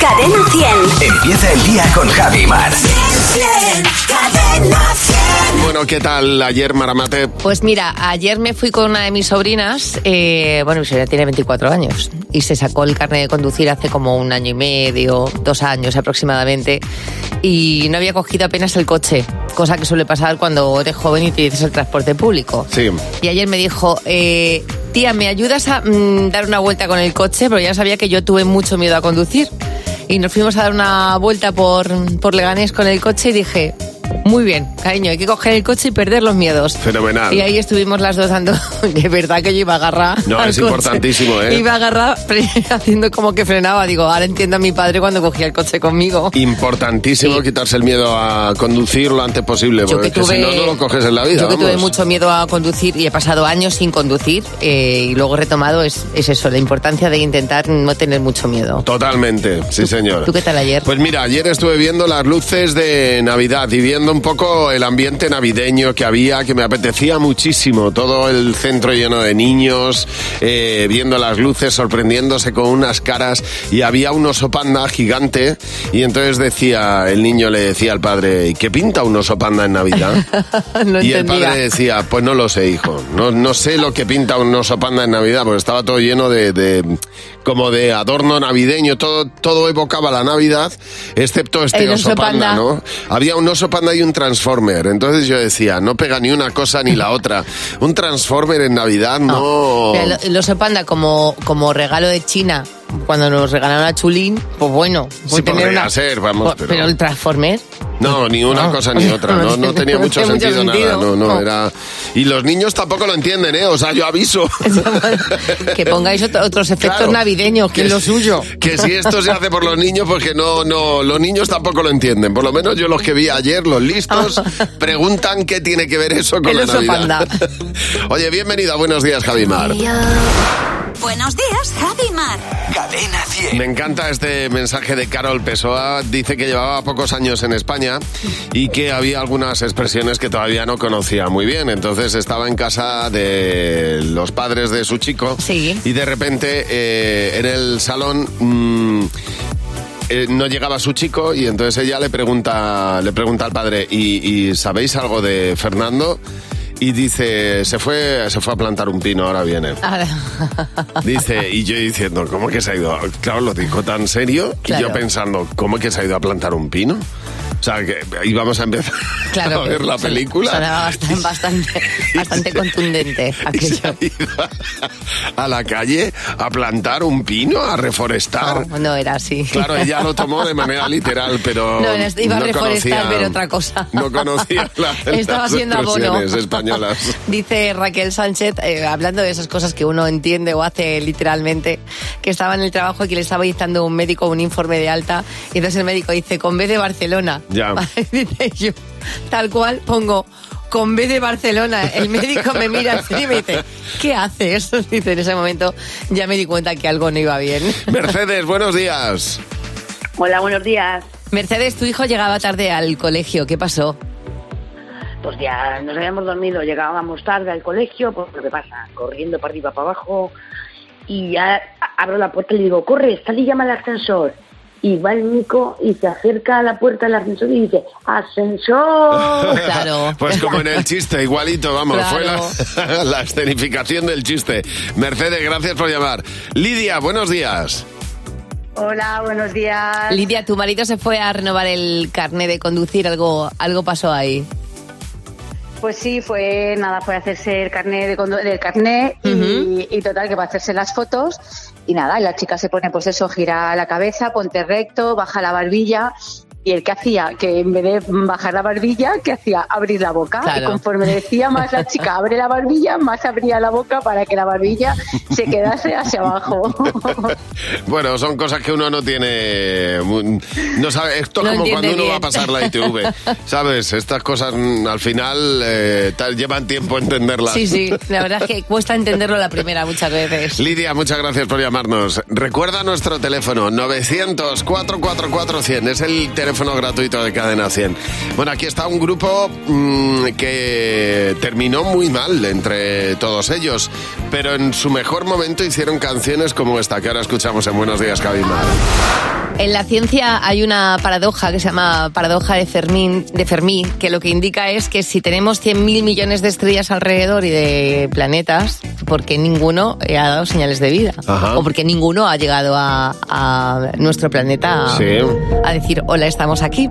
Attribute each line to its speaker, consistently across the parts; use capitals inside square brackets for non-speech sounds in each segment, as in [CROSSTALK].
Speaker 1: Cadena 100.
Speaker 2: Empieza el día con Javi Mar.
Speaker 1: Cadena 100.
Speaker 3: Bueno, ¿qué tal ayer, Maramate?
Speaker 4: Pues mira, ayer me fui con una de mis sobrinas, eh, bueno, mi sobrina tiene 24 años y se sacó el carnet de conducir hace como un año y medio, dos años aproximadamente, y no había cogido apenas el coche, cosa que suele pasar cuando eres joven y utilizas el transporte público.
Speaker 3: Sí.
Speaker 4: Y ayer me dijo, eh, tía, ¿me ayudas a mm, dar una vuelta con el coche? Pero ya sabía que yo tuve mucho miedo a conducir. Y nos fuimos a dar una vuelta por, por Leganés con el coche y dije, muy bien, cariño, hay que coger el coche y perder los miedos.
Speaker 3: Fenomenal.
Speaker 4: Y ahí estuvimos las dos dando, [LAUGHS] de verdad que yo iba a agarrar.
Speaker 3: No,
Speaker 4: al
Speaker 3: es
Speaker 4: coche.
Speaker 3: importantísimo, ¿eh?
Speaker 4: Iba a agarrar [LAUGHS] haciendo como que frenaba. Digo, ahora entiendo a mi padre cuando cogía el coche conmigo.
Speaker 3: Importantísimo quitarse el miedo a conducir lo antes posible,
Speaker 4: Yo
Speaker 3: porque
Speaker 4: que
Speaker 3: es que
Speaker 4: tuve,
Speaker 3: si no, no lo coges en la vida.
Speaker 4: yo que tuve
Speaker 3: vamos.
Speaker 4: mucho miedo a conducir y he pasado años sin conducir eh, y luego he retomado es, es eso, la importancia de intentar no tener mucho miedo.
Speaker 3: Totalmente, sí señor.
Speaker 4: ¿Tú qué tal ayer?
Speaker 3: Pues mira, ayer estuve viendo las luces de Navidad y viendo un poco el ambiente navideño que había, que me apetecía muchísimo. Todo el centro lleno de niños, eh, viendo las luces, sorprendiéndose con unas caras. Y había un oso panda gigante. Y entonces decía, el niño le decía al padre, ¿y qué pinta un oso panda en Navidad?
Speaker 4: [LAUGHS] no
Speaker 3: Pues y el
Speaker 4: entendía.
Speaker 3: padre decía, pues no lo sé, hijo. No, no sé lo que pinta un oso panda en Navidad, porque estaba todo lleno de, de- como de adorno navideño, todo, todo evocaba la Navidad, excepto este
Speaker 4: El
Speaker 3: oso,
Speaker 4: oso
Speaker 3: panda,
Speaker 4: panda.
Speaker 3: ¿no? Había un oso panda y un transformer. Entonces yo decía, no pega ni una cosa ni la otra. Un transformer en Navidad no.
Speaker 4: Mira, el- el oso panda como, como regalo de China, cuando nos regalaron a Chulín, pues bueno,
Speaker 3: Sí,
Speaker 4: puede tener
Speaker 3: podría
Speaker 4: una-
Speaker 3: ser, vamos,
Speaker 4: Por-
Speaker 3: pero-
Speaker 4: pero... el Transformer,
Speaker 3: No, ni una
Speaker 4: No.
Speaker 3: cosa ni otra. No, no tenía
Speaker 4: No
Speaker 3: mucho
Speaker 4: tiene mucho
Speaker 3: sentido, nada.
Speaker 4: sentido.
Speaker 3: No, no,
Speaker 4: No.
Speaker 3: era. Y los niños tampoco lo entienden, ¿eh? O sea, yo aviso.
Speaker 4: que pongáis otro- otros efectos
Speaker 3: Claro.
Speaker 4: navideños, que es lo
Speaker 3: si-
Speaker 4: suyo.
Speaker 3: Que si esto se hace por los niños, porque no, no, los niños tampoco lo entienden. Por lo menos yo los que vi ayer, los listos, preguntan qué tiene que ver eso con
Speaker 4: El
Speaker 3: la
Speaker 4: oso
Speaker 3: Navidad. [LAUGHS] Oye, bienvenido a Buenos Días, Javimar.
Speaker 1: Buenos días, Javi Mar.
Speaker 2: Cadena 100.
Speaker 3: Me encanta este mensaje de Carol Pessoa. Dice que llevaba pocos años en España y que había algunas expresiones que todavía no conocía muy bien. Entonces estaba en casa de los padres de su chico
Speaker 4: Sí.
Speaker 3: y de repente eh, en el salón... mm, eh, no llegaba su chico y entonces ella le pregunta, le pregunta al padre, ¿y, y sabéis algo de Fernando? Y dice, se fue, se fue a plantar un pino, ahora viene.
Speaker 4: [LAUGHS] Ahora-
Speaker 3: Dice, y yo diciendo, ¿cómo que se ha ido? a-?" Claro, lo dijo tan serio. Y
Speaker 4: Claro.
Speaker 3: yo pensando, ¿cómo que se ha ido a plantar un pino? O sea, que íbamos a empezar
Speaker 4: claro,
Speaker 3: [LAUGHS] a ver la
Speaker 4: son-
Speaker 3: película.
Speaker 4: Sonaba bastante, bastante,
Speaker 3: [LAUGHS]
Speaker 4: bastante contundente
Speaker 3: Y se
Speaker 4: aquello.
Speaker 3: ha ido a la calle a plantar un pino, a reforestar.
Speaker 4: No, no era así.
Speaker 3: Claro, ella lo tomó de manera literal,
Speaker 4: [LAUGHS]
Speaker 3: pero.
Speaker 4: No, era- iba a reforestar,
Speaker 3: conocía-
Speaker 4: pero
Speaker 3: [LAUGHS]
Speaker 4: otra cosa.
Speaker 3: No
Speaker 4: [LAUGHS]
Speaker 3: conocía la,
Speaker 4: Estaba
Speaker 3: las
Speaker 4: haciendo abono.
Speaker 3: expresiones
Speaker 4: [LAUGHS]
Speaker 3: españolas.
Speaker 4: Dice Raquel Sánchez, eh, hablando de esas cosas que uno entiende o hace literalmente, que estaba en el trabajo y que le estaba dictando un médico un informe de alta, y entonces el médico dice, con B de Barcelona. [LAUGHS]
Speaker 3: Ya.
Speaker 4: Dice yo, tal cual, pongo, con B de Barcelona. El médico me mira así y me dice, ¿qué haces? [LAUGHS] Dice, en ese momento ya me di cuenta que algo no iba bien.
Speaker 3: Mercedes, buenos días.
Speaker 5: Hola, buenos días.
Speaker 4: Mercedes, tu hijo llegaba tarde al colegio, ¿qué pasó?
Speaker 5: Pues ya nos habíamos dormido, llegábamos tarde al colegio, pues lo que pasa, corriendo para arriba, para abajo, y ya abro la puerta y le digo, corre, sal y llama al ascensor. Y va el Nico y se acerca a la puerta del ascensor y dice,
Speaker 3: [LAUGHS]
Speaker 5: ¡Ascensor!
Speaker 4: Oh, Claro.
Speaker 3: Pues como en el chiste, igualito, vamos,
Speaker 4: Claro.
Speaker 3: fue la, [LAUGHS] la escenificación del chiste. Mercedes, gracias por llamar. Lidia, buenos días.
Speaker 6: Hola, buenos días.
Speaker 4: Lidia, tu marido se fue a renovar el carnet de conducir, algo, algo pasó ahí.
Speaker 6: Pues sí, fue nada, fue hacerse el carnet de condu- del carnet y-
Speaker 4: Ujú.
Speaker 6: y, total que va a hacerse las fotos y nada, y la chica se pone pues eso, gira la cabeza, ponte recto, baja la barbilla y el que hacía, que en vez de bajar la barbilla, que hacía abrir la boca
Speaker 4: Claro.
Speaker 6: y conforme le decía más la chica abre la barbilla, más abría la boca para que la barbilla se quedase hacia abajo.
Speaker 3: Bueno, son cosas que uno no tiene. mu- No sabe, esto es
Speaker 4: No
Speaker 3: como
Speaker 4: entiende
Speaker 3: cuando uno
Speaker 4: bien.
Speaker 3: va a pasar la ITV. ¿Sabes? Estas cosas mm, al final eh, tal- llevan tiempo entenderlas.
Speaker 4: Sí, sí, la verdad es que cuesta entenderlo la primera muchas veces.
Speaker 3: Lidia, muchas gracias por llamarnos. Recuerda nuestro teléfono 900-444-100. Es el teléfono gratuito de Cadena 100. Bueno, aquí está un grupo mm, que terminó muy mal entre todos ellos, pero en su mejor momento hicieron canciones como esta que ahora escuchamos en Buenos Días, Cabimar.
Speaker 4: En la ciencia hay una paradoja que se llama paradoja de Fermín, de Fermi, que lo que indica es que si tenemos 100.000 millones de estrellas alrededor y de planetas, porque ninguno eh, ha dado señales de vida.
Speaker 3: Ajá.
Speaker 4: O porque ninguno ha llegado a, a nuestro planeta a-
Speaker 3: Sí.
Speaker 4: a decir, hola, estamos aquí.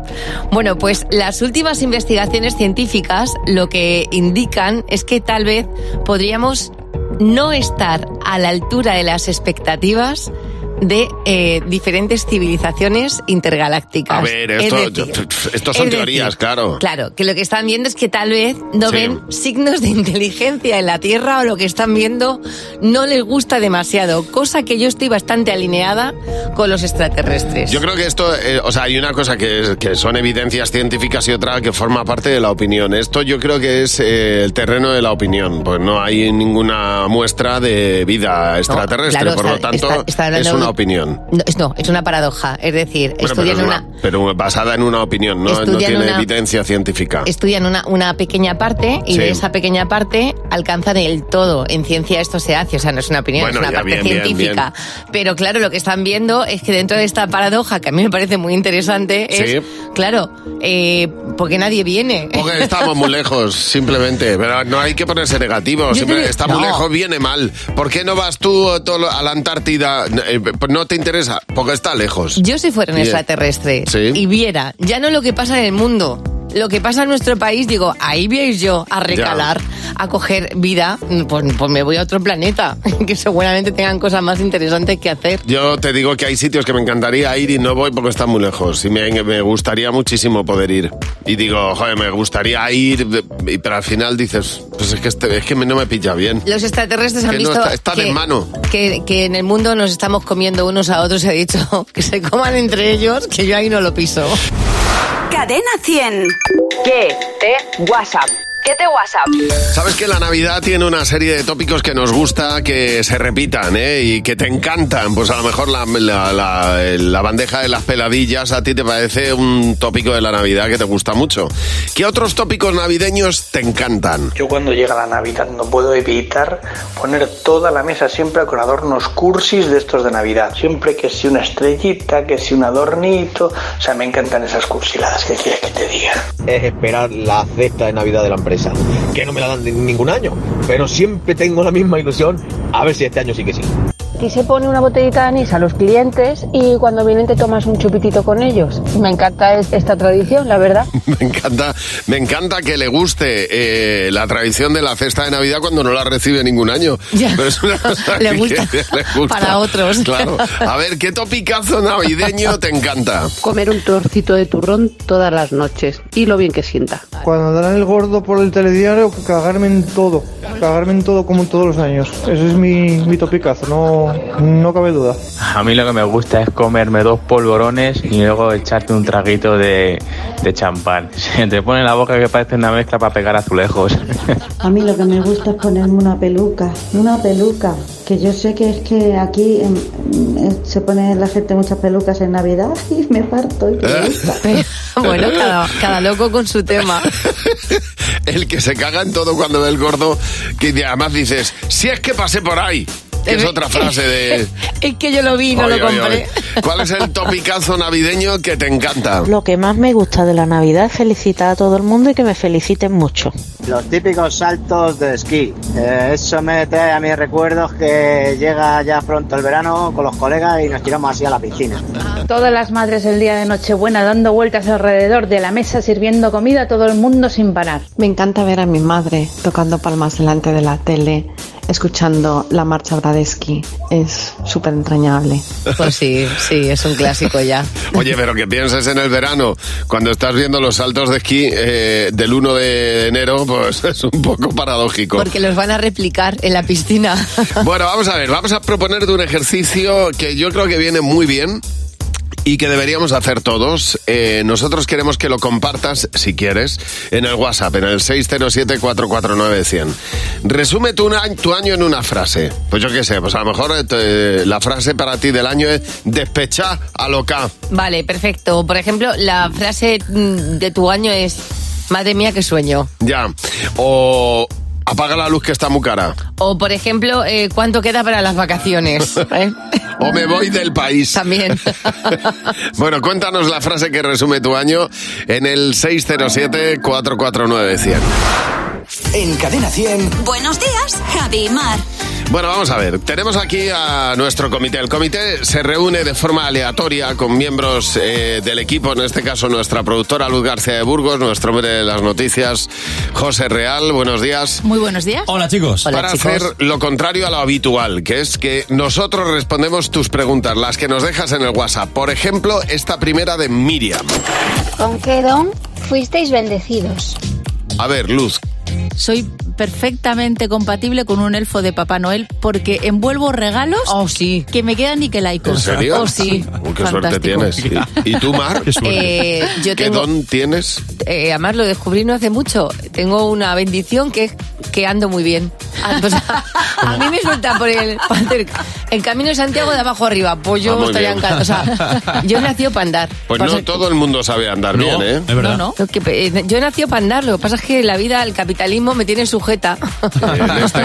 Speaker 4: Bueno, pues las últimas investigaciones científicas lo que indican es que tal vez podríamos no estar a la altura de las expectativas de eh, diferentes civilizaciones intergalácticas.
Speaker 3: A ver,
Speaker 4: Es
Speaker 3: esto,
Speaker 4: decir,
Speaker 3: yo- esto son
Speaker 4: es decir,
Speaker 3: teorías, claro.
Speaker 4: Claro, que lo que están viendo es que tal vez no
Speaker 3: Sí.
Speaker 4: ven signos de inteligencia en la Tierra o lo que están viendo no les gusta demasiado, cosa que yo estoy bastante alineada con los extraterrestres.
Speaker 3: Yo creo que esto, eh, o sea, hay una cosa que, es- que son evidencias científicas y otra que forma parte de la opinión. Esto yo creo que es eh, el terreno de la opinión, pues no hay ninguna muestra de vida extraterrestre,
Speaker 4: claro,
Speaker 3: por
Speaker 4: está-
Speaker 3: lo tanto
Speaker 4: está- está hablando
Speaker 3: es una
Speaker 4: de-
Speaker 3: opinión.
Speaker 4: No, es, no, es una paradoja. Es decir,
Speaker 3: Bueno, pero,
Speaker 4: estudian,
Speaker 3: es
Speaker 4: una,
Speaker 3: una- pero basada en una opinión, no, no
Speaker 4: Estudian
Speaker 3: tiene
Speaker 4: una-
Speaker 3: evidencia científica.
Speaker 4: estudian una, una pequeña parte y
Speaker 3: Sí.
Speaker 4: de esa pequeña parte alcanzan el todo. En ciencia esto se hace, o sea, no es una opinión,
Speaker 3: Bueno,
Speaker 4: es una
Speaker 3: ya,
Speaker 4: parte
Speaker 3: bien, bien,
Speaker 4: científica. Pero claro, lo que están viendo es que dentro de esta paradoja, que a mí me parece muy interesante, es,
Speaker 3: Sí.
Speaker 4: claro, eh, porque nadie viene.
Speaker 3: Porque
Speaker 4: [LAUGHS]
Speaker 3: estamos muy lejos, simplemente. Pero no hay que ponerse negativo.
Speaker 4: Yo
Speaker 3: Siempre
Speaker 4: te digo-
Speaker 3: está muy
Speaker 4: No.
Speaker 3: lejos, viene mal. ¿Por qué no vas tú a todo lo- a la Antártida? Eh, No te interesa, porque está lejos.
Speaker 4: Yo si fuera un
Speaker 3: Bien.
Speaker 4: extraterrestre
Speaker 3: Sí.
Speaker 4: y viera ya no lo que pasa en el mundo, lo que pasa en nuestro país, digo, ahí vais yo a recalar, a coger vida, pues, pues me voy a otro planeta, [LAUGHS] que seguramente tengan cosas más interesantes que hacer.
Speaker 3: Yo te digo que hay sitios que me encantaría ir y no voy porque están muy lejos. Y me, me gustaría muchísimo poder ir. Y digo, joder, me gustaría ir, y- pero al final dices, pues es que, este- es que me- no me pilla bien.
Speaker 4: Los extraterrestres han
Speaker 3: Que no
Speaker 4: visto
Speaker 3: está- está de
Speaker 4: que,
Speaker 3: mano.
Speaker 4: Que, que en el mundo nos estamos comiendo unos a otros. He dicho [LAUGHS] que se coman entre ellos, que yo ahí no lo piso.
Speaker 7: Cadena 100.
Speaker 8: ¿Qué te WhatsApp? ¿Qué te WhatsApp?
Speaker 3: Sabes que la Navidad tiene una serie de tópicos que nos gusta que se repitan ¿eh? y que te encantan. Pues a lo mejor la, la- la- la bandeja de las peladillas a ti te parece un tópico de la Navidad que te gusta mucho. ¿Qué otros tópicos navideños te encantan?
Speaker 9: Yo cuando llega la Navidad no puedo evitar poner toda la mesa siempre con adornos cursis de estos de Navidad. Siempre que si una estrellita, que si un adornito. O sea, me encantan esas cursiladas que quieres que te diga.
Speaker 2: es esperar la cesta de Navidad de la empresa, que no me la dan de ningún año, pero siempre tengo la misma ilusión, a ver si este año sí que sí.
Speaker 10: Aquí se pone una botellita de anís a los clientes y cuando vienen te tomas un chupitito con ellos. Me encanta es- esta tradición, la verdad.
Speaker 3: [LAUGHS] Me encanta, me encanta que le guste eh, la tradición de la cesta de Navidad cuando no la recibe ningún año.
Speaker 4: Ya. [LAUGHS]
Speaker 3: Pero es una cosa
Speaker 4: Le
Speaker 3: que
Speaker 4: gusta.
Speaker 3: [LAUGHS] le
Speaker 4: Para otros.
Speaker 3: Claro. A ver, ¿qué topicazo navideño te encanta?
Speaker 11: Comer un trocito de turrón todas las noches y lo bien que sienta.
Speaker 12: Cuando darán el gordo por el telediario, cagarme en todo. Cagarme en todo como todos los años. Ese es mi, mi topicazo, no, no cabe duda.
Speaker 13: A mí lo que me gusta es comerme dos polvorones y luego echarte un traguito de, de champán. [LAUGHS] Se te pone en la boca que parece una mezcla para pegar azulejos.
Speaker 14: A mí lo que me gusta es ponerme una peluca, una peluca, que yo sé que es que aquí em, em, se pone la gente muchas pelucas en Navidad [LAUGHS] y me parto. y-
Speaker 4: [LAUGHS] bueno, cada, cada loco con su tema.
Speaker 3: El que se caga en todo cuando ve el gordo, que di- además dices, si es que pasé por ahí. Que es otra frase de...
Speaker 4: es que yo lo vi Eh, [LAUGHS] y no
Speaker 3: Oy,
Speaker 4: lo
Speaker 3: oy, oy.
Speaker 4: compré.
Speaker 3: ¿Cuál es el topicazo navideño que te encanta?
Speaker 15: Lo que más me gusta de la Navidad es felicitar a todo el mundo y que me feliciten mucho.
Speaker 16: Los típicos saltos de esquí. Eh, eso me trae a mis recuerdos que llega ya pronto el verano con los colegas y nos tiramos así a la piscina.
Speaker 17: Todas las madres el día de Nochebuena dando vueltas alrededor de la mesa sirviendo comida a todo el mundo sin parar.
Speaker 18: Me encanta ver a mi madre tocando palmas delante de la tele, escuchando la marcha Bradesky. Es súper entrañable.
Speaker 4: Pues sí, sí, es un clásico ya.
Speaker 3: Oye, pero que pienses en el verano, cuando estás viendo los saltos de esquí eh, del 1 de enero, pues [LAUGHS] es un poco paradójico.
Speaker 4: Porque los van a replicar en la
Speaker 3: [LAUGHS]
Speaker 4: piscina.
Speaker 3: Bueno, vamos a ver, vamos a proponerte un ejercicio que yo creo que viene muy bien y que deberíamos hacer todos. Eh, nosotros queremos que lo compartas, si quieres, en el WhatsApp, en el 607-449-100. Resume tu, una- tu año en una frase. Pues yo qué sé, pues a lo mejor eh, te- la frase para ti del año es despechá a lo K.
Speaker 4: Vale, perfecto. Por ejemplo, la frase mm, de tu año es, madre mía, qué sueño.
Speaker 3: Ya. O Apaga la luz que está muy cara.
Speaker 4: O, por ejemplo, eh, ¿cuánto queda para las
Speaker 3: [LAUGHS]
Speaker 4: vacaciones? ¿Eh?
Speaker 3: O me voy del país.
Speaker 4: También.
Speaker 3: Bueno, cuéntanos la frase que resume tu año en el 607-449-100.
Speaker 2: En Cadena 100.
Speaker 1: Buenos días, Javi y Mar. [LAUGHS]
Speaker 3: Bueno, vamos a ver. Tenemos aquí a nuestro comité. El comité se reúne de forma aleatoria con miembros eh, del equipo, en este caso nuestra productora Luz García de Burgos, nuestro hombre de las noticias José Real. Buenos días.
Speaker 16: Muy buenos días.
Speaker 19: Hola ¿Ah, chicos.
Speaker 3: para hacer lo contrario a lo habitual, que es que nosotros respondemos tus preguntas, las que nos dejas en el WhatsApp. Por ejemplo, esta primera de Miriam.
Speaker 20: ¿Con qué don fuisteis bendecidos?
Speaker 3: A ver, Luz,
Speaker 16: Soy perfectamente compatible con un elfo de Papá Noel porque envuelvo regalos
Speaker 4: Oh,
Speaker 16: que me quedan niquelaicos.
Speaker 3: ¿en serio?
Speaker 16: Oh, sí.
Speaker 3: Uy, qué suerte
Speaker 16: Fantástico.
Speaker 3: tienes.
Speaker 4: [LAUGHS]
Speaker 3: ¿Y, y tú, Mar?
Speaker 16: Qué suerte. Eh, yo
Speaker 3: ¿Qué
Speaker 16: tengo-
Speaker 3: don tienes?
Speaker 4: Eh, además lo descubrí no hace mucho. Tengo una bendición que es que ando muy bien. Ah, pues, [LAUGHS] a mí me suelta por el, por el- el camino de Santiago de abajo arriba. Pues
Speaker 3: Ah,
Speaker 4: yo
Speaker 3: muy
Speaker 4: estaría
Speaker 3: bien.
Speaker 4: encantado. O
Speaker 3: [LAUGHS]
Speaker 4: sea, yo nací para andar.
Speaker 3: Pues
Speaker 4: Pasa
Speaker 3: no todo el mundo sabe andar bien, ¿eh?
Speaker 19: Es
Speaker 4: No, no. Lo que pe- eh, yo he nacido para andar, lo que pasa es que la vida, el capitalismo me tiene
Speaker 3: [LAUGHS]
Speaker 4: sujeta.
Speaker 3: En este,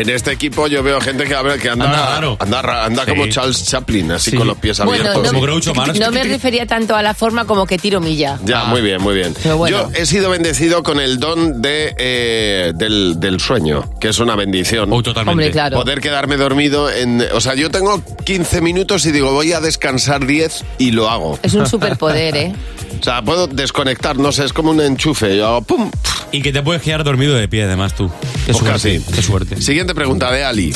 Speaker 3: en este equipo yo veo gente que, habla- que anda, anda, ra- anda como Charles Chaplin, así con los pies
Speaker 4: Bueno,
Speaker 3: abiertos.
Speaker 4: no- No me refería tanto a la forma como que tiro milla.
Speaker 3: Ya, muy bien, muy bien. Yo he sido bendecido con el don de, eh, del, del sueño, que es una bendición.
Speaker 19: totalmente.
Speaker 4: Hombre, claro.
Speaker 3: Poder quedarme dormido en... O sea, yo tengo 15 minutos y digo, voy a descansar 10 y lo hago.
Speaker 4: Es un superpoder, ¿eh?
Speaker 3: [LAUGHS] O sea, puedo desconectar, no sé, es como un enchufe. Yo hago pum.
Speaker 19: Y que te puedes quedar dormido de pie, además, tú. Qué
Speaker 3: Pues
Speaker 19: suerte. Qué suerte.
Speaker 3: Siguiente pregunta de Ali.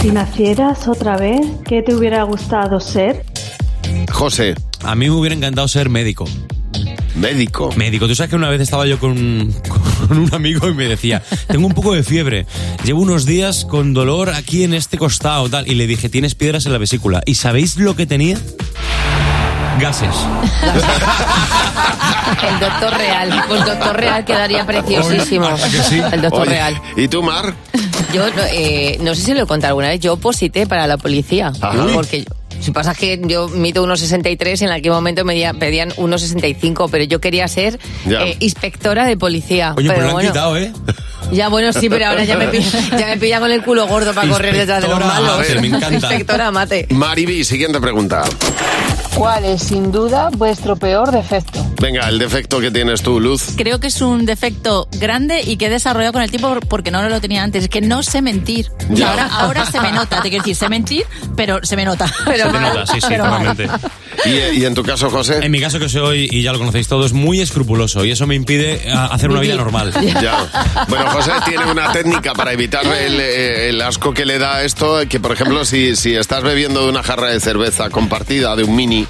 Speaker 21: Si nacieras otra vez, ¿qué te hubiera gustado ser?
Speaker 3: José.
Speaker 19: A mí me hubiera encantado ser médico.
Speaker 3: Médico.
Speaker 19: Médico. Tú sabes que una vez estaba yo con, con un amigo y me decía, tengo un poco de fiebre, llevo unos días con dolor aquí en este costado, tal. Y le dije, tienes piedras en la vesícula. ¿Y sabéis lo que tenía? Gases.
Speaker 4: El doctor real. Pues doctor real
Speaker 3: [LAUGHS]
Speaker 4: quedaría preciosísimo. El doctor
Speaker 3: Oye,
Speaker 4: real.
Speaker 3: ¿Y tú, Mar?
Speaker 4: Yo no, eh, no sé si lo he contado alguna vez, yo posité para la policía.
Speaker 3: Ajá.
Speaker 4: Porque yo- si pasa es que yo mito 1,63, en aquel momento me dia- pedían 1,65, pero yo quería ser
Speaker 19: Ya.
Speaker 4: eh, inspectora de policía.
Speaker 19: Oye,
Speaker 4: pero
Speaker 19: pues lo han
Speaker 4: bueno,
Speaker 19: quitado, ¿eh?
Speaker 4: Ya, bueno, sí, pero ahora ya me, pilla, ya me pilla con el culo gordo para correr detrás de los
Speaker 3: Inspectora
Speaker 4: malos.
Speaker 3: Mate, me encanta.
Speaker 4: Inspectora Mate.
Speaker 3: Mariby, siguiente pregunta.
Speaker 22: ¿Cuál es sin duda vuestro peor defecto?
Speaker 3: Venga, el defecto que tienes tú, Luz.
Speaker 16: Creo que es un defecto grande y que he desarrollado con el tiempo porque no lo tenía antes. Es que no sé mentir. Y
Speaker 3: Ya.
Speaker 16: Ahora, ahora se me nota. Te quiero decir, sé mentir, pero se me
Speaker 4: [LAUGHS]
Speaker 16: nota. Pero
Speaker 19: Se te
Speaker 16: mal.
Speaker 19: nota, sí, sí,
Speaker 16: Pero mal.
Speaker 19: totalmente.
Speaker 3: ¿Y, en tu caso, José?
Speaker 19: En mi caso, que soy, y ya lo conocéis todos, muy escrupuloso y eso me impide a- hacer una vida
Speaker 3: Vivir.
Speaker 19: normal.
Speaker 3: Ya. Bueno, José tiene una técnica para evitar el, eh, el asco que le da esto, que por ejemplo, si, si estás bebiendo de una jarra de cerveza compartida, de un mini,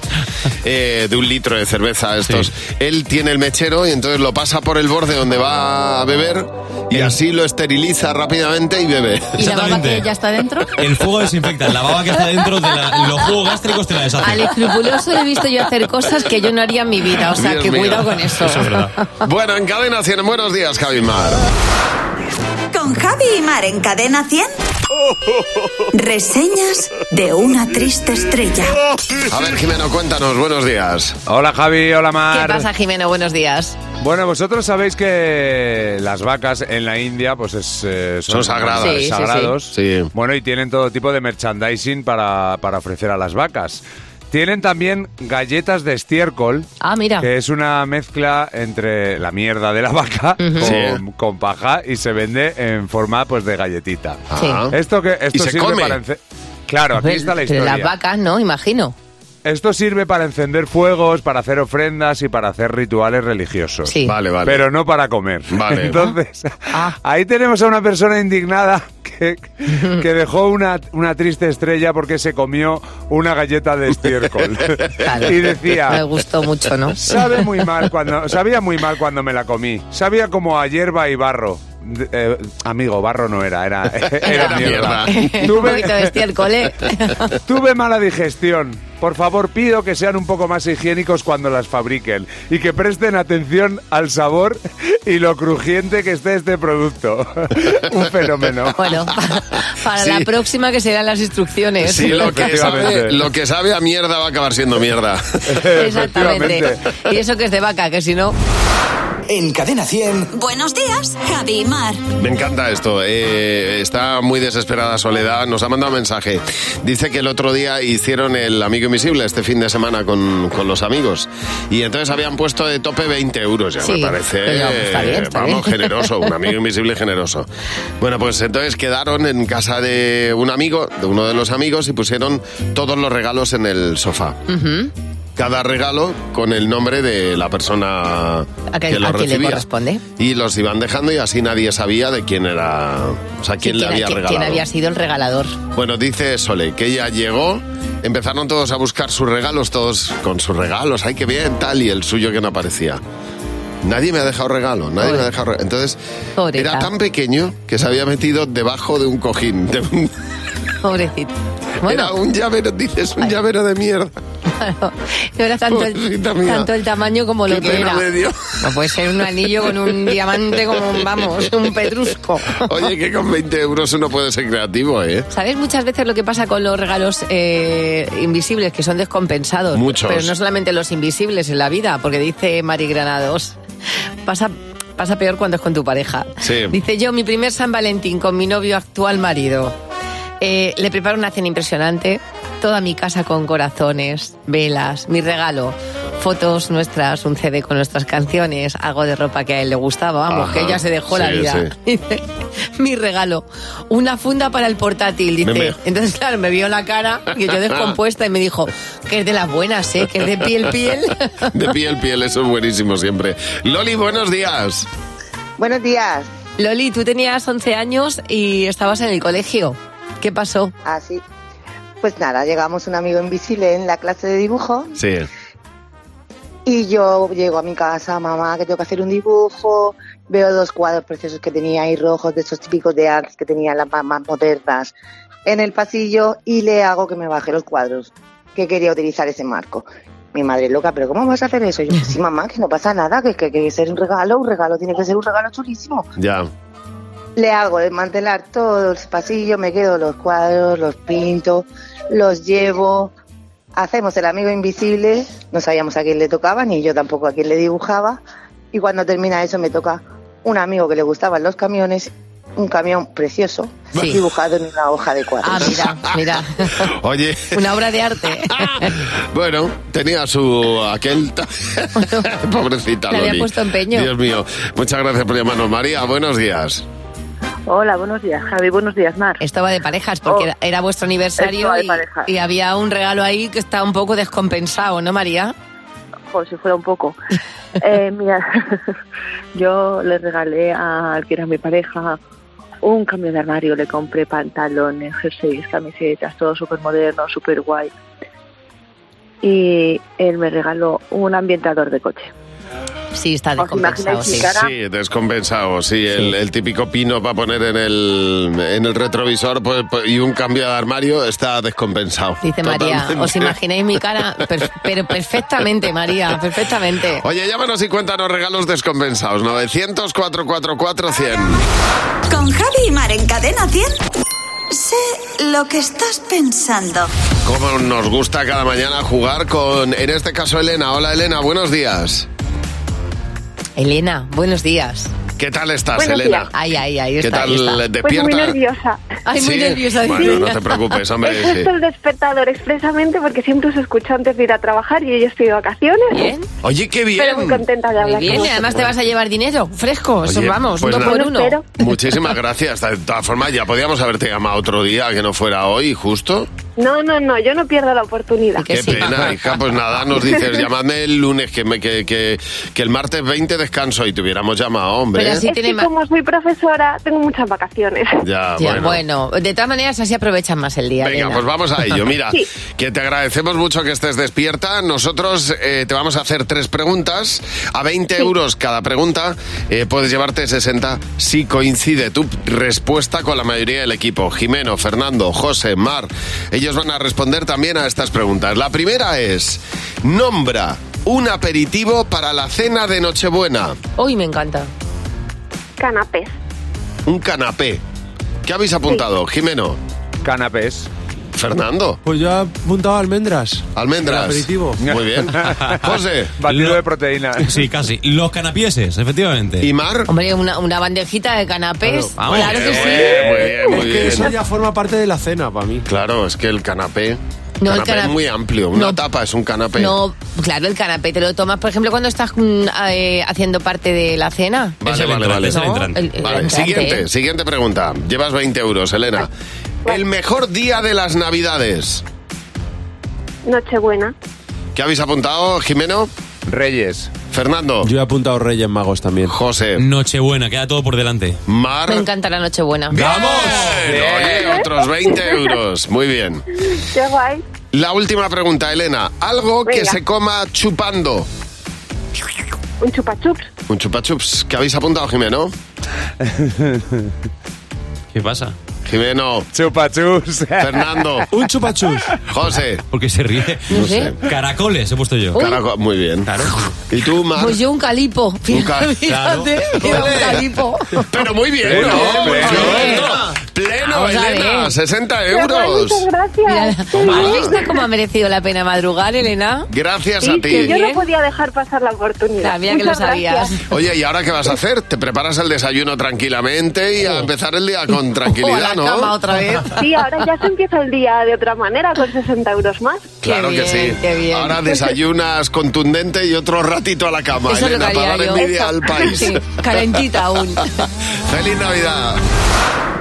Speaker 3: eh, de un litro de cerveza, estos, él tiene el mechero y entonces lo pasa por el borde donde va a beber y así lo esteriliza rápidamente y bebe.
Speaker 16: ¿Y la baba que ya está
Speaker 3: [LAUGHS]
Speaker 16: dentro?
Speaker 19: El fuego desinfecta, la baba que está dentro de la- los jugos gástricos te la deshace.
Speaker 4: Al escrupuloso he visto yo hacer cosas que yo no haría en mi vida, o sea
Speaker 3: Dios
Speaker 4: que
Speaker 3: mío.
Speaker 4: cuidado con eso.
Speaker 3: Bueno, en cadena 100, buenos días, Javi Mar.
Speaker 1: Con Javi y Mar en Cadena 100. Reseñas de una triste estrella.
Speaker 3: A ver, Jimeno, cuéntanos, buenos días.
Speaker 23: Hola Javi, hola Mar.
Speaker 4: ¿Qué pasa, Jimeno? Buenos días.
Speaker 23: Bueno, vosotros sabéis que las vacas en la India pues es, eh,
Speaker 3: Son sagradas. Sí, sí, sí.
Speaker 23: sagrados.
Speaker 3: Sí.
Speaker 23: Bueno, y tienen todo tipo de merchandising para, para ofrecer a las vacas. Tienen también galletas de estiércol.
Speaker 4: Ah, mira.
Speaker 23: Que es una mezcla entre la mierda de la vaca
Speaker 4: Ujú.
Speaker 23: con, con paja y se vende en forma pues de galletita.
Speaker 4: Sí.
Speaker 23: Esto que esto
Speaker 3: Ah. Y se
Speaker 23: sirve
Speaker 3: come.
Speaker 23: para ence- Claro, aquí está la
Speaker 4: Pero
Speaker 23: historia.
Speaker 4: Pues, las vacas, ¿no? Imagino.
Speaker 23: Esto sirve para encender fuegos, para hacer ofrendas y para hacer rituales religiosos.
Speaker 3: Vale, vale.
Speaker 23: Pero no para comer. [LAUGHS]
Speaker 3: Vale.
Speaker 23: Entonces,
Speaker 4: Ah.
Speaker 23: [LAUGHS] ahí tenemos a una persona indignada que, que dejó una, una triste estrella porque se comió una galleta
Speaker 4: [LAUGHS]
Speaker 23: de estiércol. [LAUGHS] Y decía...
Speaker 4: Me gustó mucho, ¿no?
Speaker 23: Sabe
Speaker 4: [LAUGHS]
Speaker 23: muy mal cuando, sabía muy mal cuando me la comí. Sabía como a hierba y barro. De- eh, amigo, barro no era, era, [LAUGHS] era,
Speaker 4: Era [LAUGHS]
Speaker 23: mierda.
Speaker 4: Un poquito de estiércol, ¿eh?
Speaker 23: [LAUGHS] Tuve mala digestión. Por favor, pido que sean un poco más higiénicos cuando las fabriquen y que presten atención al sabor y lo crujiente que esté este producto. [LAUGHS] un fenómeno.
Speaker 4: Bueno, Para la próxima que serán las instrucciones.
Speaker 3: Sí, lo que, sabe,
Speaker 23: Efectivamente.
Speaker 3: lo que sabe a mierda [LAUGHS] va a acabar siendo mierda.
Speaker 4: Exactamente. Y eso que es de vaca, que si no...
Speaker 2: En Cadena 100.
Speaker 1: Buenos días, Javi y Mar.
Speaker 3: Me encanta esto. Eh, está muy desesperada Soledad. Nos ha mandado un mensaje. Dice que el otro día hicieron el Amigo Invisible este fin de semana con, con los amigos. Y entonces habían puesto de tope 20 euros. Ya
Speaker 2: Sí,
Speaker 3: me parece. eh,
Speaker 2: pero está bien, está
Speaker 3: vamos,
Speaker 2: bien.
Speaker 3: generoso. Un Amigo Invisible generoso. Bueno, pues entonces quedaron en casa de un amigo, de uno de los amigos, y pusieron todos los regalos en el sofá.
Speaker 4: Ujú.
Speaker 3: Cada regalo con el nombre de la persona
Speaker 4: ¿A, que-
Speaker 3: que lo
Speaker 4: a quién le
Speaker 3: recibía.
Speaker 4: corresponde?
Speaker 3: Y los iban dejando y así nadie sabía de quién era, o sea, quién
Speaker 4: Sí,
Speaker 3: le había
Speaker 4: quién-
Speaker 3: regalado.
Speaker 4: quién había sido el regalador?
Speaker 3: Bueno, dice Sole que ella llegó, empezaron todos a buscar sus regalos, todos con sus regalos, ay, qué bien, tal, y el suyo que no aparecía. Nadie me ha dejado regalo, nadie me ha dejado regalo. Entonces, era tan pequeño que se había metido debajo de un cojín. de un-
Speaker 4: Pobrecito.
Speaker 3: Era un llavero, dices, un llavero de mierda.
Speaker 4: No era tanto el,
Speaker 3: Pobrecita mía.
Speaker 4: tanto el tamaño como lo
Speaker 3: Qué
Speaker 4: que
Speaker 3: pena
Speaker 4: era.
Speaker 3: me dio.
Speaker 4: No puede ser un anillo con un diamante como, un- vamos, un petrusco.
Speaker 3: [LAUGHS] Oye, que con 20 euros uno puede ser creativo, ¿eh?
Speaker 4: ¿Sabes muchas veces lo que pasa con los regalos eh, invisibles, que son descompensados?
Speaker 3: Muchos.
Speaker 4: Pero no solamente los invisibles en la vida, porque dice Mari Granados, pasa, pasa peor cuando es con tu pareja.
Speaker 3: Sí.
Speaker 4: Dice yo, mi primer San Valentín con mi novio actual marido. Eh, le preparo una cena impresionante, toda mi casa con corazones, velas, mi regalo, fotos nuestras, un CD con nuestras canciones, algo de ropa que a él le gustaba, vamos,
Speaker 5: Ajá,
Speaker 4: que ella se dejó la
Speaker 5: sí,
Speaker 4: vida.
Speaker 5: sí.
Speaker 4: [LAUGHS] Dice, mi regalo, una funda para el portátil, dice.
Speaker 5: Meme.
Speaker 4: Entonces, claro, me vio la cara y
Speaker 5: [LAUGHS]
Speaker 4: yo descompuesta y me dijo, que es de las buenas, ¿eh? Que es de piel, piel.
Speaker 3: [LAUGHS] De piel, piel, eso es buenísimo siempre. Loli, buenos días.
Speaker 4: Buenos días. Loli, tú tenías 11 años y estabas en el colegio. ¿Qué pasó?
Speaker 6: Así. Pues nada, llegamos un amigo invisible en la clase de dibujo
Speaker 3: Sí.
Speaker 6: y yo llego a mi casa, mamá, que tengo que hacer un dibujo, veo dos cuadros preciosos que tenía ahí rojos, de esos típicos de artes que tenían las mamás modernas, en el pasillo y le hago que me baje los cuadros, que quería utilizar ese marco. Mi madre loca, pero ¿cómo vas a hacer eso? Y yo, sí, mamá, que no pasa nada, que, que, que ser un regalo, un regalo tiene que ser un regalo chulísimo.
Speaker 3: Ya.
Speaker 6: Le hago desmantelar todo el pasillo, me quedo los cuadros, los pinto, los llevo, hacemos el amigo invisible, no sabíamos a quién le tocaba, ni yo tampoco a quién le dibujaba, y cuando termina eso me toca un amigo que le gustaban los camiones, un camión precioso, dibujado en una hoja de cuadros.
Speaker 4: Ah, mira, mira.
Speaker 3: Oye, [LAUGHS]
Speaker 4: Una obra de arte.
Speaker 3: bueno, tenía su aquel [LAUGHS] ta- pobrecita
Speaker 4: Le había
Speaker 3: Loli.
Speaker 4: puesto empeño.
Speaker 3: Dios mío, muchas gracias por llamarnos, María. Buenos días.
Speaker 15: Hola, buenos días, Javi. Buenos días, Mar. Oh.
Speaker 4: Estaba de parejas porque era, era vuestro aniversario
Speaker 15: estaba de
Speaker 4: y,
Speaker 15: parejas.
Speaker 4: y había un regalo ahí que está un poco descompensado, ¿no, María?
Speaker 15: Por si fuera un poco. [LAUGHS] Eh, mira, yo le regalé al que era mi pareja un cambio de armario. Le compré pantalones, jerseys, camisetas, todo súper moderno, súper guay. Y él me regaló un ambientador de coche.
Speaker 4: Sí, está
Speaker 15: descompensado.
Speaker 3: Sí, descompensado, sí, El, el típico pino para poner en el, en el retrovisor pues, pues, y un cambio de armario está descompensado.
Speaker 4: Dice María,
Speaker 3: Totalmente.
Speaker 4: ¿os imagináis mi cara? Per- pero perfectamente, María, perfectamente.
Speaker 3: Oye, llámanos y cuéntanos regalos descompensados. 900 444 100.
Speaker 1: Con Javi y Mar en Cadena 100. Sé lo que estás pensando.
Speaker 3: Como nos gusta cada mañana jugar con, en este caso, Elena. Hola, Elena, buenos días.
Speaker 4: Elena, buenos días.
Speaker 3: ¿Qué tal estás,
Speaker 15: Buenos
Speaker 3: Elena?
Speaker 15: días.
Speaker 4: Ay, ay, ay.
Speaker 3: ¿Qué tal
Speaker 15: Pues muy
Speaker 3: despierta?
Speaker 15: nerviosa.
Speaker 4: Ay,
Speaker 3: Sí. Bueno, no te preocupes, hombre.
Speaker 15: He
Speaker 3: sí.
Speaker 15: puesto el despertador expresamente porque siempre os escucho antes de ir a trabajar y hoy estoy de vacaciones.
Speaker 3: Oye, qué bien.
Speaker 15: Pero muy contenta de hablar
Speaker 4: Bien,
Speaker 15: con
Speaker 4: y además te vas a llevar dinero fresco. eso
Speaker 3: Oye,
Speaker 4: vamos,
Speaker 3: pues
Speaker 4: un dos
Speaker 3: nada.
Speaker 4: por uno.
Speaker 3: Muchísimas gracias. De todas formas, ya podíamos haberte llamado otro día que no fuera hoy, justo.
Speaker 15: No, no, no, yo no pierdo la oportunidad.
Speaker 3: Qué pena, hija. Pues nada, nos dices, llamadme el lunes, que, me, que, que, que el martes 20 descanso y te hubiéramos llamado, hombre.
Speaker 15: es que como soy profesora, tengo muchas vacaciones.
Speaker 3: Ya,
Speaker 4: Ya,
Speaker 3: bueno.
Speaker 4: bueno. de todas maneras así aprovechan más el día.
Speaker 3: Venga,
Speaker 4: Elena.
Speaker 3: pues vamos a ello.
Speaker 4: [LAUGHS]
Speaker 3: Mira,
Speaker 4: Sí.
Speaker 3: que te agradecemos mucho que estés despierta. Nosotros eh, te vamos a hacer tres preguntas. A 20 euros cada pregunta eh, puedes llevarte 60 si coincide tu respuesta con la mayoría del equipo. Jimeno, Fernando, José, Mar. Ellos van a responder también a estas preguntas. La primera es, nombra un aperitivo para la cena de Nochebuena.
Speaker 4: Uy, me encanta.
Speaker 15: Canapés.
Speaker 3: Un canapé. ¿Qué habéis apuntado, Jimeno?
Speaker 23: Canapés.
Speaker 3: Fernando?
Speaker 5: Pues yo he apuntado almendras.
Speaker 3: Almendras.
Speaker 5: El aperitivo.
Speaker 3: Muy
Speaker 19: [LAUGHS]
Speaker 5: [LAUGHS]
Speaker 3: bien. José.
Speaker 23: Batido de proteína.
Speaker 19: Sí, casi. Los canapieses, efectivamente.
Speaker 3: ¿Y Mar?
Speaker 4: Hombre, una, una bandejita de canapés.
Speaker 19: Vamos.
Speaker 4: claro que sí.
Speaker 3: Eh, muy bien, muy
Speaker 5: es que
Speaker 3: bien.
Speaker 5: eso ya forma parte de la cena para mí.
Speaker 3: Claro, es que el canapé.
Speaker 4: No, el
Speaker 3: canapé es
Speaker 4: canap-
Speaker 3: muy amplio. Una tapa es un canapé.
Speaker 4: No, claro, el canapé te lo tomas, por ejemplo, cuando estás mm, eh, haciendo parte de la cena.
Speaker 3: Vale, vale, vale.
Speaker 4: es el No, entrante. el- el
Speaker 3: Vale,
Speaker 4: entrante,
Speaker 3: siguiente,
Speaker 4: ¿eh?
Speaker 3: siguiente pregunta. Llevas 20 euros, Elena. El mejor día de las Navidades.
Speaker 9: Nochebuena.
Speaker 3: ¿Qué habéis apuntado, Jimeno?
Speaker 23: Reyes.
Speaker 3: Fernando.
Speaker 5: Yo he apuntado Reyes Magos también.
Speaker 3: José.
Speaker 19: Nochebuena, queda todo por delante.
Speaker 3: Mar.
Speaker 4: Me encanta la Nochebuena. ¿eh?
Speaker 3: Oye, otros 20 euros. Muy bien.
Speaker 9: Qué guay.
Speaker 3: La última pregunta, Elena. Algo que
Speaker 9: Venga.
Speaker 3: se coma chupando.
Speaker 9: Un chupachups.
Speaker 3: Un chupachups. ¿Qué habéis apuntado, Jimeno?
Speaker 19: ¿Qué pasa?
Speaker 3: Jimeno.
Speaker 23: [LAUGHS] Chupachus.
Speaker 3: Fernando.
Speaker 5: Un chupachus.
Speaker 19: [LAUGHS]
Speaker 3: José.
Speaker 19: Porque se ríe.
Speaker 4: No sé.
Speaker 19: Caracoles he puesto yo.
Speaker 4: Uy.
Speaker 3: Caraco- muy bien. ¿Y tú, Mar?
Speaker 4: Pues yo un calipo. Fíjate,
Speaker 3: Ah, claro.
Speaker 4: era un calipo.
Speaker 3: Pero muy bien,
Speaker 4: Pleno,
Speaker 3: ¿no?
Speaker 4: pleno.
Speaker 3: Pleno, pleno,
Speaker 4: Vamos a
Speaker 3: Elena.
Speaker 4: ver.
Speaker 3: 60 euros.
Speaker 4: gracias.
Speaker 3: Toma.
Speaker 4: ¿Has visto cómo ha merecido la pena madrugar, Elena?
Speaker 3: Gracias
Speaker 9: Sí,
Speaker 3: a
Speaker 9: que
Speaker 3: ti.
Speaker 9: yo no podía dejar pasar la oportunidad.
Speaker 4: Sabía que
Speaker 9: Muchas
Speaker 4: lo sabías.
Speaker 9: gracias.
Speaker 3: Oye, ¿y ahora qué vas a hacer? ¿Te preparas el desayuno tranquilamente
Speaker 4: Oh.
Speaker 3: y a empezar el día con
Speaker 9: O a la
Speaker 3: tranquilidad, no?
Speaker 9: cama otra
Speaker 4: vez.
Speaker 9: Sí, ahora ya se empieza el día de otra manera con 60 euros más.
Speaker 3: Claro que sí. Ahora desayunas contundente y otro ratito a la cama,
Speaker 9: Eso es lo
Speaker 3: Elena,
Speaker 9: que
Speaker 3: para dar
Speaker 9: haría yo. [LAUGHS]
Speaker 3: envidia al país.
Speaker 4: Sí, calentita aún.
Speaker 3: [LAUGHS] ¡Feliz Navidad!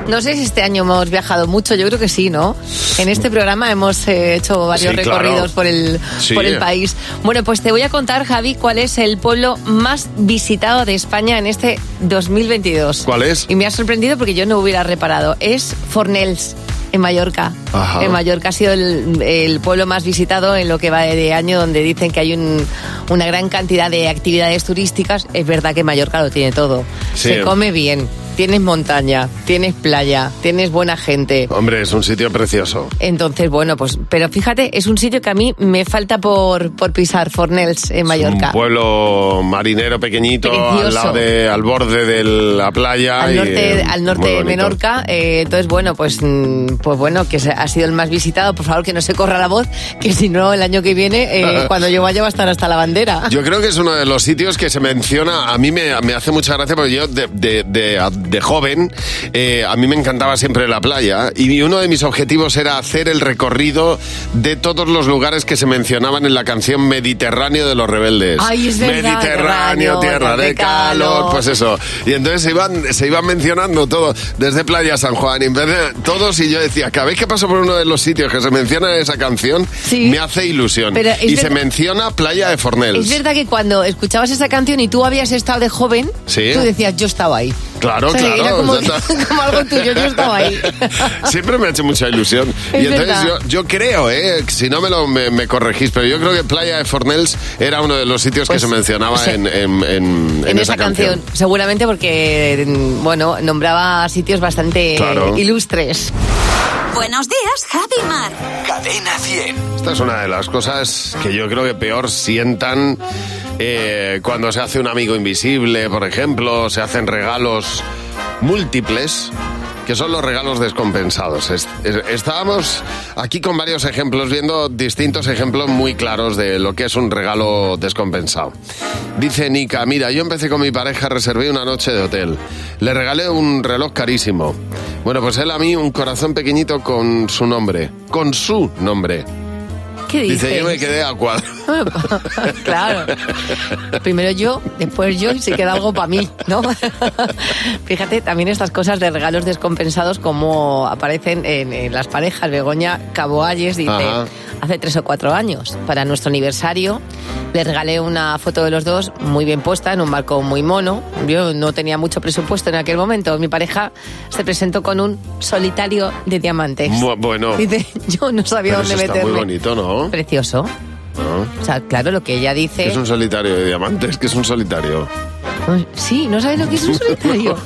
Speaker 4: No sé si este año hemos viajado mucho, yo creo que sí, ¿no? En este programa hemos eh, hecho varios
Speaker 3: Sí, claro.
Speaker 4: recorridos por, el,
Speaker 3: Sí.
Speaker 4: por el país. Bueno, pues te voy a contar, Javi, cuál es el pueblo más visitado de España en este 2022.
Speaker 3: ¿Cuál es?
Speaker 4: Y me ha sorprendido porque yo no hubiera reparado. Es Fornells. En Mallorca.
Speaker 3: Ajá.
Speaker 4: En Mallorca ha sido el, el pueblo más visitado en lo que va de año, donde dicen que hay un- una gran cantidad de actividades turísticas. Es verdad que Mallorca lo tiene todo.
Speaker 3: Sí.
Speaker 4: Se come bien, tienes montaña, tienes playa, tienes buena gente.
Speaker 3: Hombre, es un sitio precioso.
Speaker 4: Entonces, bueno, pues, pero fíjate, es un sitio que a mí me falta por, por pisar, Fornells, en Mallorca.
Speaker 3: Un pueblo marinero pequeñito al,
Speaker 4: Precioso.
Speaker 3: lado de- al borde de la playa.
Speaker 4: Al
Speaker 3: y,
Speaker 4: norte,
Speaker 3: eh,
Speaker 4: al
Speaker 3: muy
Speaker 4: norte de
Speaker 3: bonito.
Speaker 4: Menorca, eh, entonces bueno, pues, mm, pues bueno, que se- ha sido el más visitado, por favor que no se corra la voz, que si no el año que viene,
Speaker 3: [LAUGHS]
Speaker 4: eh, cuando yo vaya va a estar hasta la bandera.
Speaker 3: Yo creo que es uno de los sitios que se menciona. A mí me, me hace mucha gracia porque yo de, de- de- a- de joven, eh, a mí me encantaba siempre la playa y uno de mis objetivos era hacer el recorrido de todos los lugares que se mencionaban en la canción Mediterráneo de los Rebeldes.
Speaker 24: Ay, es verdad,
Speaker 3: Mediterráneo,
Speaker 24: Mediterráneo,
Speaker 3: tierra de
Speaker 24: de
Speaker 3: calor,
Speaker 24: calor.
Speaker 3: pues eso. Y entonces se iban, se iban mencionando todo, desde Playa San Juan, y en vez de todos, y yo decía, cada vez que paso por uno de los sitios que se menciona en esa canción, me hace ilusión.
Speaker 4: Pero es
Speaker 3: Y se
Speaker 4: verdad-
Speaker 3: menciona Playa de Fornells.
Speaker 4: Es verdad que cuando escuchabas esa canción y tú habías estado de joven,
Speaker 3: Sí.
Speaker 4: tú decías, yo estaba ahí.
Speaker 3: Claro,
Speaker 4: O sea,
Speaker 3: claro.
Speaker 4: Era como,
Speaker 3: ya está.
Speaker 4: [LAUGHS] como algo tuyo, yo estaba
Speaker 3: [LAUGHS]
Speaker 4: ahí.
Speaker 3: Siempre me ha hecho mucha ilusión.
Speaker 4: Es
Speaker 3: y entonces
Speaker 4: verdad.
Speaker 3: yo, yo creo, ¿eh? si no me, lo, me, me corregís, pero yo creo que Playa de Fornells era uno de los sitios que se mencionaba
Speaker 4: Pues sí.
Speaker 3: en, en- en- en
Speaker 4: en esa canción. Seguramente porque, mm, bueno, nombraba sitios bastante
Speaker 3: Claro.
Speaker 4: ilustres.
Speaker 1: Buenos días, Javi Mar.
Speaker 3: Cadena 100. Esta es una de las cosas que yo creo que peor sientan eh, cuando se hace un amigo invisible, por ejemplo, se hacen regalos múltiples. que son los regalos descompensados. Es- es- estábamos aquí con varios ejemplos, viendo distintos ejemplos muy claros de lo que es un regalo descompensado. Dice Nika, mira, yo empecé con mi pareja, reservé una noche de hotel. Le regalé un reloj carísimo. Bueno, pues él a mí un corazón pequeñito con su nombre. Con su nombre.
Speaker 4: ¿Qué dices?
Speaker 3: Dice, yo me quedé a cuadro.
Speaker 4: claro. [LAUGHS] Primero yo, después yo y se queda algo para mí, ¿no? [LAUGHS] Fíjate también estas cosas de regalos descompensados como aparecen en, en las parejas. Begoña Caboalles dice,
Speaker 25: Ajá.
Speaker 4: hace tres o cuatro años, para nuestro aniversario, le regalé una foto de los dos muy bien puesta en un marco muy mono. Yo no tenía mucho presupuesto en aquel momento. Mi pareja se presentó con un solitario de diamantes.
Speaker 3: Bu- bueno.
Speaker 4: Dice, yo no sabía
Speaker 3: Pero
Speaker 4: dónde
Speaker 3: eso está
Speaker 4: meterme.
Speaker 3: muy bonito, ¿no?
Speaker 4: Precioso.
Speaker 3: ¿No?
Speaker 4: O sea, claro, lo que ella dice...
Speaker 3: ¿Qué es un solitario de diamantes? que es un solitario?
Speaker 4: Sí, ¿no sabes lo que es
Speaker 3: [LAUGHS]
Speaker 4: un solitario?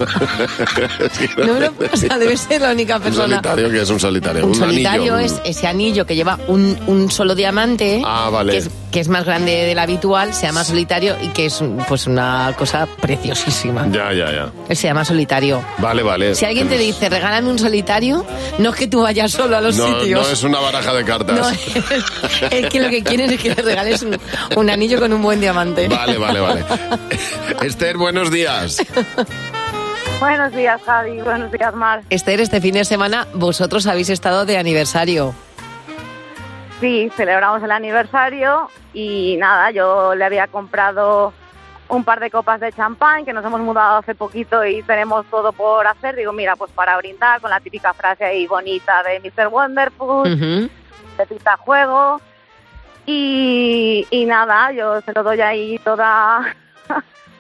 Speaker 4: No me lo- o sea, debe ser la única
Speaker 3: Un
Speaker 4: persona.
Speaker 3: solitario que es un solitario.
Speaker 4: Un
Speaker 3: un
Speaker 4: solitario
Speaker 3: anillo.
Speaker 4: es ese anillo que lleva un, un solo diamante, [LAUGHS]
Speaker 3: Ah, vale.
Speaker 4: que, es, que es más grande del habitual, se llama solitario y que es pues una cosa preciosísima.
Speaker 3: Ya, ya, ya.
Speaker 4: Se llama solitario.
Speaker 3: Vale, vale.
Speaker 4: Si alguien
Speaker 3: pues
Speaker 4: te dice, regálame un solitario, no es que tú vayas solo a los
Speaker 3: no,
Speaker 4: sitios.
Speaker 3: no es una baraja de cartas.
Speaker 4: No, [LAUGHS] es, es que lo que quieren es que le regales un, un anillo con un buen diamante.
Speaker 3: [LAUGHS] Vale, vale, vale. [LAUGHS] Esther, buenos días.
Speaker 24: Buenos días, Javi. Buenos días, Mar.
Speaker 4: Esther, este fin de semana vosotros habéis estado de aniversario.
Speaker 24: Sí, celebramos el aniversario y nada, yo le había comprado un par de copas de champán que nos hemos mudado hace poquito y tenemos todo por hacer. Digo, mira, pues para brindar con la típica frase ahí bonita de Mr. Wonderful, de pita juego. Y, y nada, yo se lo doy ahí toda [LAUGHS]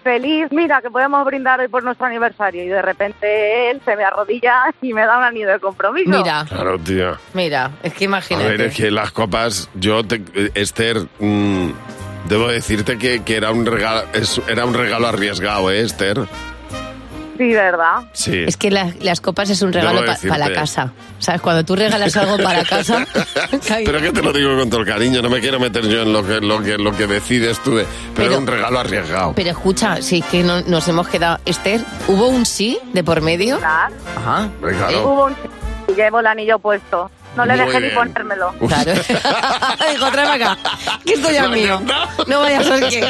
Speaker 24: feliz. Mira, que podemos brindar hoy por nuestro aniversario. Y de repente él se me arrodilla y me da un anillo de compromiso.
Speaker 4: Mira,
Speaker 3: Claro, tía.
Speaker 4: mira, es que
Speaker 3: A
Speaker 4: imagínate.
Speaker 3: ver, es que las copas, yo, te- eh, Esther, mm, debo decirte que, que era, un regalo, es- era un regalo arriesgado, ¿eh, Esther?
Speaker 24: Sí, ¿verdad?
Speaker 3: Sí. [LAUGHS]
Speaker 4: Es que la- las copas es un regalo
Speaker 3: Debo
Speaker 4: para
Speaker 3: decirte.
Speaker 4: la casa. ¿Sabes? Cuando tú regalas algo para
Speaker 3: [LAUGHS]
Speaker 4: casa,
Speaker 3: Pero que te lo digo con todo el cariño, no me quiero meter yo en lo que, lo que, lo que decides tú, de- pero, era un regalo arriesgado.
Speaker 4: Pero escucha, sí que no- nos hemos quedado. Esther, ¿hubo un sí de por medio? [LAUGHS] Ajá.
Speaker 3: Hombre, claro.
Speaker 24: Hubo un y llevo el anillo puesto. No le
Speaker 4: Muy
Speaker 24: dejé
Speaker 4: bien.
Speaker 24: ni ponérmelo.
Speaker 4: Claro. [LAUGHS] Dijo, tráeme acá, que esto ya es
Speaker 3: [LAUGHS]
Speaker 4: mío. No vaya a ser que...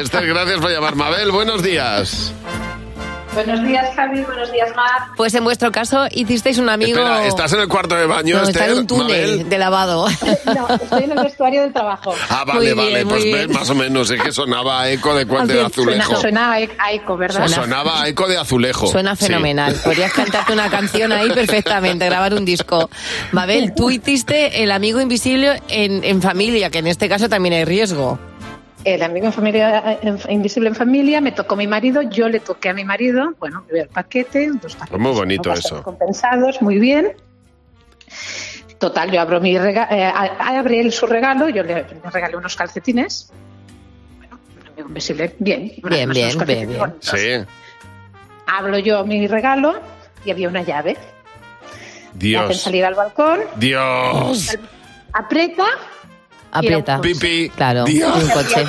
Speaker 3: Esther, gracias por llamar. Mabel, buenos días.
Speaker 12: Buenos días, Javi. Buenos días, Mar.
Speaker 4: Pues en vuestro caso hicisteis un amigo...
Speaker 3: Espera, ¿estás en el cuarto de baño,
Speaker 4: No, está
Speaker 3: Esther?
Speaker 4: en un túnel
Speaker 3: Mabel.
Speaker 4: de lavado.
Speaker 12: No, estoy en el vestuario del trabajo.
Speaker 3: Ah, vale,
Speaker 12: Muy bien,
Speaker 3: vale,
Speaker 12: muy
Speaker 3: pues
Speaker 12: bien.
Speaker 3: ves, más o menos, es que sonaba a eco de, cua-
Speaker 12: Más
Speaker 3: de
Speaker 12: bien, suena-
Speaker 3: azulejo.
Speaker 12: Sonaba a eco, ¿verdad?
Speaker 3: O sonaba a eco de azulejo.
Speaker 4: Suena
Speaker 3: Sí. [LAUGHS]
Speaker 4: fenomenal. Podrías cantarte una canción ahí perfectamente, grabar un disco. Mabel, tú hiciste El amigo invisible en, en familia, que en este caso también hay riesgo.
Speaker 12: El amigo en familia, en- invisible en familia, me tocó mi marido, yo le toqué a mi marido, bueno, me veo el paquete, dos paquetes
Speaker 3: Pues muy bonito eso.
Speaker 12: compensados, muy bien. Total, yo abro mi rega- eh, a- abre él su regalo, yo le, le regalé unos calcetines. Bueno, el amigo invisible, bien.
Speaker 4: Bien,
Speaker 12: unos
Speaker 4: bien, bien,
Speaker 12: calcetines
Speaker 4: bien.
Speaker 12: bonitos.
Speaker 3: Sí,
Speaker 12: Abro yo mi regalo y había una llave. Me hacen
Speaker 3: Dios.
Speaker 12: salir al balcón,
Speaker 3: Dios.
Speaker 12: aprieta,
Speaker 4: Aprieta.
Speaker 3: Pipi.
Speaker 4: Claro,
Speaker 3: Dios.
Speaker 4: y un coche.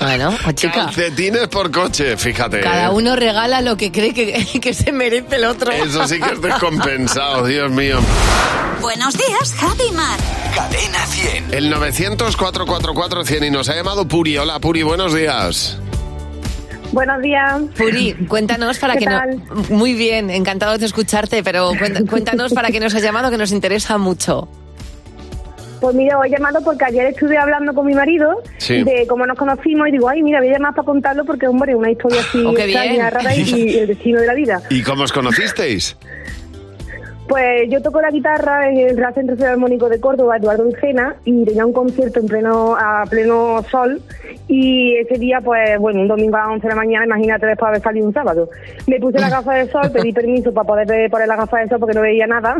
Speaker 4: Bueno, pues chica,
Speaker 3: Calcetines por coche, fíjate.
Speaker 4: cada
Speaker 3: ¿eh?
Speaker 4: uno regala lo que cree que, [LAUGHS] que se merece el otro.
Speaker 3: Eso sí que es descompensado, Dios mío.
Speaker 1: Buenos días, Javi y Mar.
Speaker 3: Cadena 100. El 900-444-100 y nos ha llamado Puri. Hola, Puri, buenos días.
Speaker 24: Buenos días.
Speaker 4: Puri, cuéntanos para que
Speaker 24: ¿Qué
Speaker 4: no. Muy bien, encantados de escucharte, pero cuenta- cuéntanos para qué nos has llamado, que nos interesa mucho.
Speaker 24: Pues mira, voy llamando porque ayer estuve hablando con mi marido
Speaker 4: Sí.
Speaker 24: de cómo nos conocimos y digo, ay, mira, voy a llamar para contarlo porque, hombre, una historia así
Speaker 3: Oh, qué bien.
Speaker 24: extraña, rara
Speaker 3: [LAUGHS]
Speaker 24: y, y el destino de la vida.
Speaker 3: ¿Y cómo os conocisteis?
Speaker 24: Pues yo toco la guitarra en el Real Centro Filarmónico de Córdoba, Eduardo Encena, y tenía un concierto en pleno a pleno sol. Y ese día, pues bueno, un domingo a las 11 de la mañana, imagínate después de haber salido un sábado. Me puse la gafa de sol, pedí permiso para poder pe- poner la gafa de sol porque no veía nada.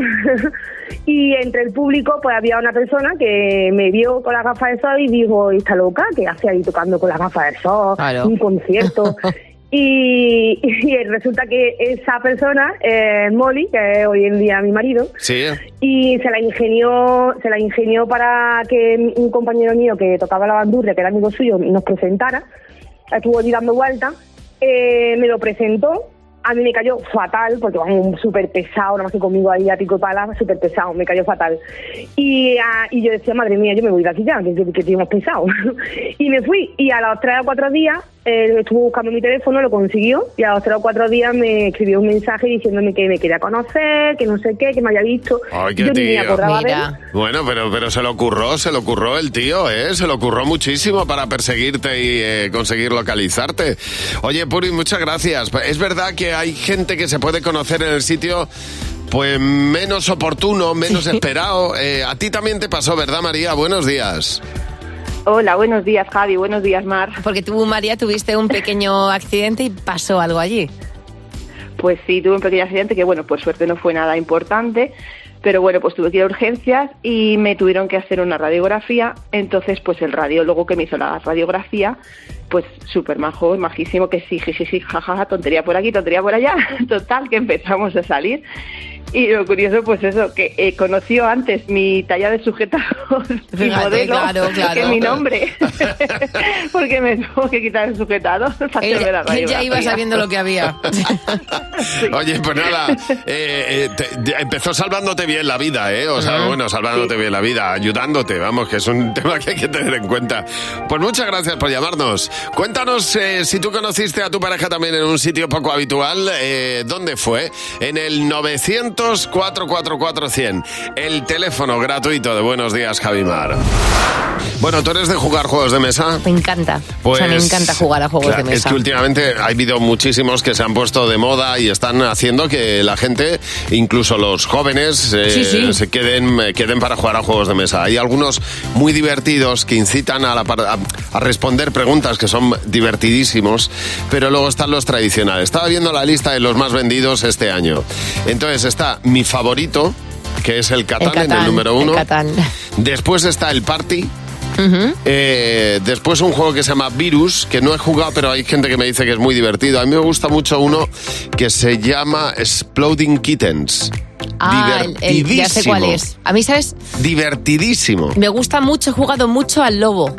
Speaker 24: [LAUGHS] y entre el público, pues había una persona que me vio con la gafa de sol y dijo: ¿Está loca? ¿Qué hace ahí tocando con la gafa de sol?
Speaker 26: Claro.
Speaker 24: Un concierto. Y, y [LAUGHS] resulta que esa persona, eh, Molly, que es hoy en día mi marido,
Speaker 3: Sí.
Speaker 24: y se la ingenió, se la ingenió para que un compañero mío que tocaba la bandurria, que era amigo suyo, nos presentara. Estuvo allí dando vueltas, eh, me lo presentó. A mí me cayó fatal, porque vamos, súper pesado, nada más que conmigo ahí a pico y pala, súper pesado, me cayó fatal. Y, ah, y yo decía, madre mía, yo me voy de aquí ya, que, que, que tío más pesado. [LAUGHS] y me fui, y a los tres o cuatro días eh, estuvo buscando mi teléfono, lo consiguió, y a los tres o cuatro días me escribió un mensaje diciéndome que me quería conocer, que no sé qué, que me había visto.
Speaker 3: Ay, qué
Speaker 24: yo ni me
Speaker 3: tío.
Speaker 24: acordaba de él.
Speaker 3: Bueno, pero, pero se lo ocurrió, se lo ocurrió el tío, ¿eh? Se lo ocurrió muchísimo para perseguirte y eh, conseguir localizarte. Oye, Puri, muchas gracias. Es verdad que hay gente que se puede conocer en el sitio, pues menos oportuno, menos esperado. Eh, a ti también te pasó, ¿verdad, María? Buenos días.
Speaker 24: Hola, buenos días, Javi. Buenos días, Mar.
Speaker 4: Porque tú, María, tuviste un
Speaker 24: [LAUGHS]
Speaker 4: pequeño accidente y pasó algo allí.
Speaker 24: Pues sí, tuve un pequeño accidente que, bueno, por suerte no fue nada importante,
Speaker 9: Pero bueno, pues tuve que ir a urgencias y me tuvieron que hacer una radiografía. Entonces, pues el radiólogo que me hizo la radiografía, pues súper majo, majísimo, que sí, sí, sí, sí, jajaja, tontería por aquí, tontería por allá. [LAUGHS] Total, que empezamos a salir. Y lo curioso, pues eso, que eh, conoció antes mi talla de sujetador [LAUGHS] y
Speaker 4: Fíjate,
Speaker 9: modelo
Speaker 4: claro, claro.
Speaker 9: que mi nombre. [LAUGHS] Porque me tuvo que quitar el sujetador para hacerme la
Speaker 4: Ella, ella iba
Speaker 9: radiografía.
Speaker 4: sabiendo lo que había.
Speaker 3: Oye, pues nada, eh, eh, te- te- empezó salvándote bien la vida, ¿eh? O sea, bueno, salvándote bien la vida, ayudándote, vamos, que es un [LAUGHS] tema que hay que tener en cuenta. Pues muchas gracias por llamarnos. Cuéntanos eh, si tú conociste a tu pareja también en un sitio poco habitual, eh, ¿dónde fue? En el 900-444-100, el teléfono gratuito de Buenos Días, Javimar. Bueno, ¿tú eres de jugar juegos de mesa?
Speaker 4: Me encanta.
Speaker 3: Pues,
Speaker 4: o sea, me encanta jugar a juegos
Speaker 3: Claro,
Speaker 4: de mesa.
Speaker 3: Es que últimamente ha habido muchísimos que se han puesto de moda y están haciendo que la gente, incluso los jóvenes, eh,
Speaker 4: Sí, sí.
Speaker 3: se queden, eh, queden para jugar a juegos de mesa. Hay algunos muy divertidos que incitan a, la par- a- a responder preguntas que son divertidísimos, pero luego están los tradicionales. Estaba viendo la lista de los más vendidos este año. Entonces está mi favorito, que es el Catán, en el número uno.
Speaker 4: El Catán.
Speaker 3: Después está el Party.
Speaker 4: Ujú.
Speaker 3: Eh, después un juego que se llama Virus, que no he jugado, pero hay gente que me dice que es muy divertido. A mí me gusta mucho uno que se llama Exploding Kittens.
Speaker 4: Ah, el- el- ya sé cuál es.
Speaker 3: Divertidísimo.
Speaker 4: A mí, ¿sabes?
Speaker 3: Divertidísimo.
Speaker 4: Me gusta mucho, he jugado mucho al lobo.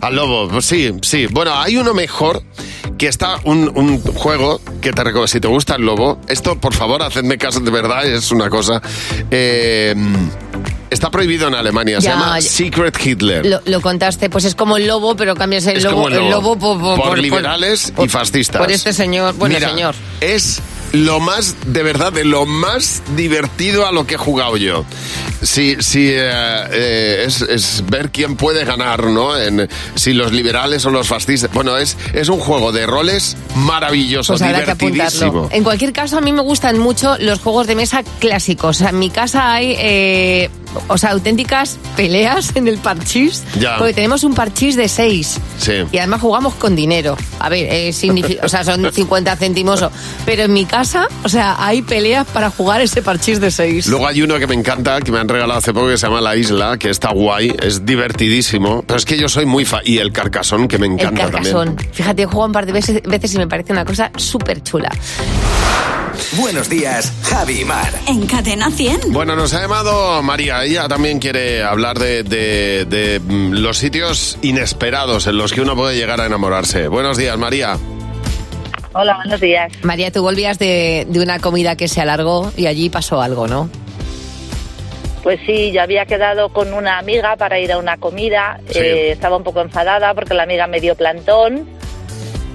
Speaker 3: Al lobo, pues sí, sí. Bueno, hay uno mejor que está un, un juego que te recomiendo. Si te gusta el lobo, esto por favor, hacedme caso, de verdad, es una cosa. Eh, está prohibido en Alemania, se
Speaker 4: Ya,
Speaker 3: llama
Speaker 4: ya.
Speaker 3: Secret Hitler.
Speaker 4: Lo, lo contaste, pues es como el lobo, pero cambias el
Speaker 3: Es
Speaker 4: lobo,
Speaker 3: como el lobo.
Speaker 4: por, por-
Speaker 3: Por
Speaker 4: por-
Speaker 3: liberales y fascistas.
Speaker 4: por este señor. Bueno,
Speaker 3: Mira,
Speaker 4: señor.
Speaker 3: Es lo más, de verdad, de lo más divertido a lo que he jugado yo. Si, si, eh, eh, es, es ver quién puede ganar, ¿no? En, si los liberales o los fascistas. Bueno, es, es un juego de roles maravilloso,
Speaker 4: Pues habrá que
Speaker 3: divertidísimo.
Speaker 4: apuntarlo. En cualquier caso, a mí me gustan mucho los juegos de mesa clásicos. O sea, en mi casa hay, eh, o sea, auténticas peleas en el parchís.
Speaker 3: Ya.
Speaker 4: Porque tenemos un parchís de seis.
Speaker 3: Sí.
Speaker 4: Y además jugamos con dinero. A ver, eh, signifi- o sea,
Speaker 3: [LAUGHS]
Speaker 4: son 50 céntimos. Pero en mi casa, o sea, hay peleas para jugar ese parchís de seis.
Speaker 3: Luego hay uno que me encanta, que me han regalado hace poco, que se llama La Isla, que está guay, es divertidísimo. Pero es que yo soy muy fa... Y el Carcasón, que me
Speaker 4: El
Speaker 3: encanta también.
Speaker 4: carcasón. Fíjate, he jugado un par de veces, veces y me parece una cosa súper chula.
Speaker 2: Buenos días, Javi y Mar.
Speaker 1: En Cadena 100.
Speaker 3: Bueno, nos ha llamado María. Ella también quiere hablar de, de- de, mm, los sitios inesperados en los que uno puede llegar a enamorarse. Buenos días, María.
Speaker 4: Hola, buenos días. María, tú volvías de, de una comida que se alargó y allí pasó algo, ¿no?
Speaker 26: Pues sí, yo había quedado con una amiga para ir a una comida.
Speaker 4: Sí.
Speaker 26: Eh, estaba un poco enfadada porque la amiga me dio plantón.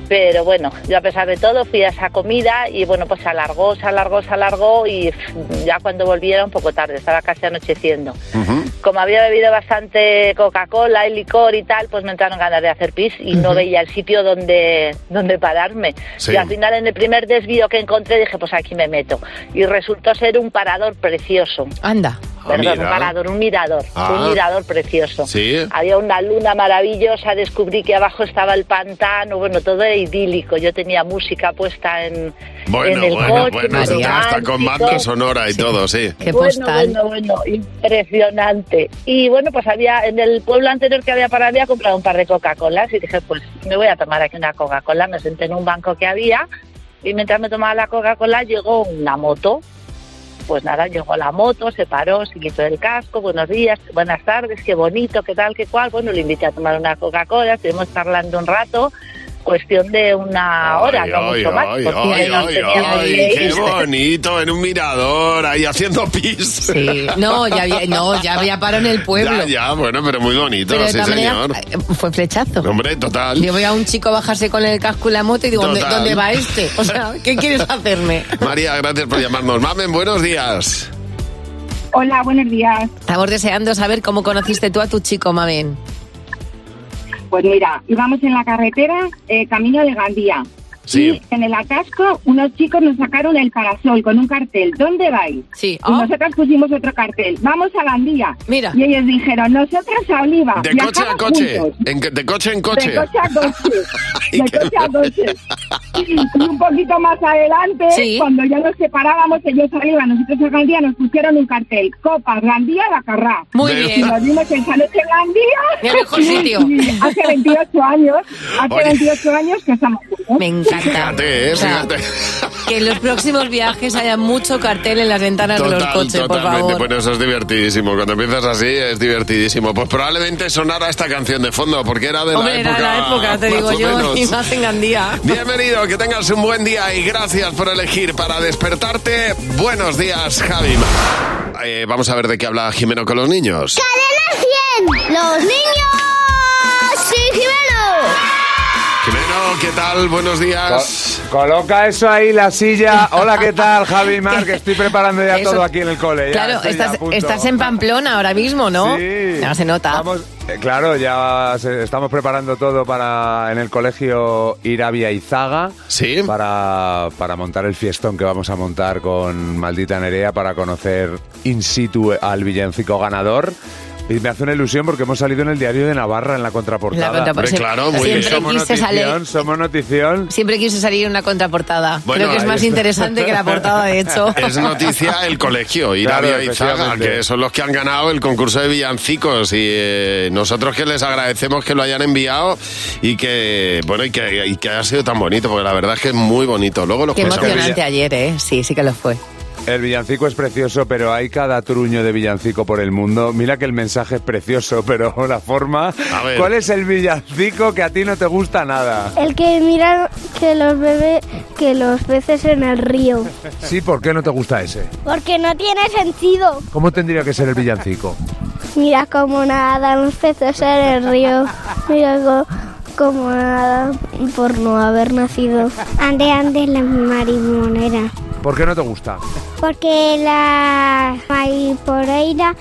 Speaker 26: Pero bueno, yo a pesar de todo fui a esa comida y bueno, pues se alargó, se alargó, se alargó y pff, ya cuando volví era un poco tarde, estaba casi anocheciendo. Como había bebido bastante Coca-Cola y licor y tal, pues me entraron ganas de hacer pis y no
Speaker 27: Ujú.
Speaker 26: veía el sitio donde, donde pararme.
Speaker 27: Sí.
Speaker 26: Y al final en el primer desvío que encontré dije, pues aquí me meto. Y resultó ser un parador precioso.
Speaker 4: Anda.
Speaker 3: Ah,
Speaker 26: Ah, Perdón,
Speaker 27: mira.
Speaker 26: un parador, un mirador,
Speaker 27: Ah.
Speaker 26: un mirador precioso.
Speaker 27: Sí.
Speaker 26: Había una luna maravillosa, descubrí que abajo estaba el pantano, bueno, todo era idílico. Yo tenía música puesta en,
Speaker 3: Bueno,
Speaker 26: en el
Speaker 3: bueno,
Speaker 26: coche,
Speaker 3: bueno,
Speaker 26: muy
Speaker 3: está hasta con
Speaker 26: romántico.
Speaker 3: banda sonora y todo, sí.
Speaker 26: bueno, bueno, bueno, impresionante. Y bueno, pues había en el pueblo anterior que había para había comprado un par de Coca-Colas y dije, pues me voy a tomar aquí una Coca-Cola. Me senté en un banco que había y mientras me tomaba la Coca-Cola llegó una moto. Pues nada, llegó la moto, se paró, se quitó el casco, buenos días, buenas tardes, qué bonito, qué tal, qué cual. Bueno, le invité a tomar una Coca-Cola, estuvimos charlando un rato, cuestión de una hora,
Speaker 3: Ay,
Speaker 26: no
Speaker 3: ay,
Speaker 26: mucho más.
Speaker 3: ay,
Speaker 26: porque
Speaker 3: ay,
Speaker 26: nos
Speaker 3: ay,
Speaker 26: teníamos
Speaker 3: ay,
Speaker 26: que
Speaker 3: qué
Speaker 26: ir.
Speaker 3: bonito, en un mirador, ahí haciendo pis. [LAUGHS] Sí,
Speaker 4: No, ya había, no, ya había paro en el pueblo.
Speaker 3: Ya, ya, bueno, pero muy bonito,
Speaker 4: Pero de
Speaker 3: sí,
Speaker 4: todas
Speaker 3: señor.
Speaker 4: maneras, eh, fue flechazo.
Speaker 3: Hombre, total.
Speaker 4: Yo veo a un chico bajarse con el casco y la moto y digo, ¿dónde,
Speaker 3: Total.
Speaker 4: dónde va este? O sea, ¿qué quieres hacerme?
Speaker 3: María, gracias por llamarnos. Mamen, buenos días.
Speaker 4: Hola, buenos días. Estamos deseando saber cómo conociste tú a tu chico, Mamen.
Speaker 27: Pues mira, íbamos en la carretera eh, camino de Gandía
Speaker 3: Sí.
Speaker 27: En el atasco, unos chicos nos sacaron el parasol con un cartel. ¿Dónde vais? Sí. Y
Speaker 4: ah.
Speaker 27: nosotras pusimos otro cartel. Vamos a Gandía. Mira. Y ellos dijeron, nosotras a Oliva.
Speaker 3: De coche a
Speaker 27: Viajamos
Speaker 3: coche.
Speaker 27: Ah, juntos.
Speaker 3: En- de coche en coche.
Speaker 27: De coche a
Speaker 3: [LAUGHS]
Speaker 27: coche. De coche a coche. Y un poquito más adelante, cuando ya nos separábamos, ellos arriba, nosotros a Gandía, nos pusieron un cartel. Copa, Gandía, la carrá.
Speaker 4: Muy bien.
Speaker 27: Y nos dimos el salón de Gandía.
Speaker 4: El mejor sitio.
Speaker 27: [LAUGHS] Y hace 28 años, hace
Speaker 4: Oye.
Speaker 27: 28 años que estamos juntos.
Speaker 4: Me encanta.
Speaker 3: Fíjate, eh,
Speaker 4: O sea,
Speaker 3: fíjate.
Speaker 4: Que en los próximos viajes haya mucho cartel en las ventanas de los
Speaker 3: Total,
Speaker 4: coches, por
Speaker 3: totalmente.
Speaker 4: favor.
Speaker 3: Bueno, eso es divertidísimo. Cuando empiezas así, es divertidísimo. Pues probablemente sonara esta canción de fondo, porque Pues era de la
Speaker 4: Hombre,
Speaker 3: época.
Speaker 4: era la época, te
Speaker 3: más
Speaker 4: digo
Speaker 3: o
Speaker 4: yo, [LAUGHS]
Speaker 3: menos.
Speaker 4: y más en Gandía.
Speaker 3: Bienvenido, que tengas un buen día y gracias por elegir para despertarte. Buenos días, Javi. Eh, vamos a ver de qué habla Jimeno con los niños.
Speaker 28: ¡Cadena 100! ¡Los niños! ¡Sí,
Speaker 3: Jimeno, ¿qué tal? Buenos días.
Speaker 23: Coloca eso ahí, la silla. Hola, ¿qué tal, Javi y Mar? Que estoy preparando ya
Speaker 4: Eso-
Speaker 23: todo aquí en el cole. ya
Speaker 4: Claro,
Speaker 23: estoy ya
Speaker 4: estás,
Speaker 23: a punto.
Speaker 4: estás en Pamplona ahora mismo, ¿no?
Speaker 23: Sí.
Speaker 4: Ya se nota.
Speaker 23: Eh, Claro, ya se- estamos preparando todo para en el colegio Irabia Izaga.
Speaker 3: Sí.
Speaker 23: Para, para montar el fiestón que vamos a montar con Maldita Nerea para conocer in situ al villancico ganador. Y me hace una ilusión porque hemos salido en el diario de Navarra en la contraportada.
Speaker 4: La contraportada. Hombre, claro, muy Siempre bien.
Speaker 23: Somos
Speaker 4: quise
Speaker 23: notición,
Speaker 4: salir-
Speaker 23: somos notición.
Speaker 4: Siempre quise salir en una contraportada.
Speaker 23: Bueno,
Speaker 4: Creo que es
Speaker 23: ahí
Speaker 4: más
Speaker 23: está.
Speaker 4: interesante que la portada, de hecho.
Speaker 3: Es
Speaker 19: [LAUGHS]
Speaker 3: noticia el colegio,
Speaker 23: Claro,
Speaker 3: Irabia y Zaga,
Speaker 23: efectivamente.
Speaker 3: que son los que han ganado el concurso de villancicos y eh, nosotros que les agradecemos que lo hayan enviado y que, bueno, y que, y que ha sido tan bonito, porque la verdad es que es muy bonito. Luego los
Speaker 4: Qué
Speaker 3: que son-
Speaker 4: emocionante ayer, ¿eh? Sí, sí que lo fue.
Speaker 23: El villancico es precioso, pero hay cada truño de villancico por el mundo. Mira que el mensaje es precioso, pero la forma.
Speaker 3: ver.
Speaker 23: ¿Cuál es el villancico que a ti no te gusta nada?
Speaker 28: El que mira que los bebés, que los peces en el río.
Speaker 23: Sí, ¿por qué no te gusta ese?
Speaker 28: Porque no tiene sentido.
Speaker 23: ¿Cómo tendría que ser el villancico?
Speaker 28: Mira cómo nadan los peces en el río. Mira co- cómo nadan por no haber nacido. Ande, ande la marimonera.
Speaker 23: ¿Por qué no te gusta?
Speaker 28: Porque la mariporeira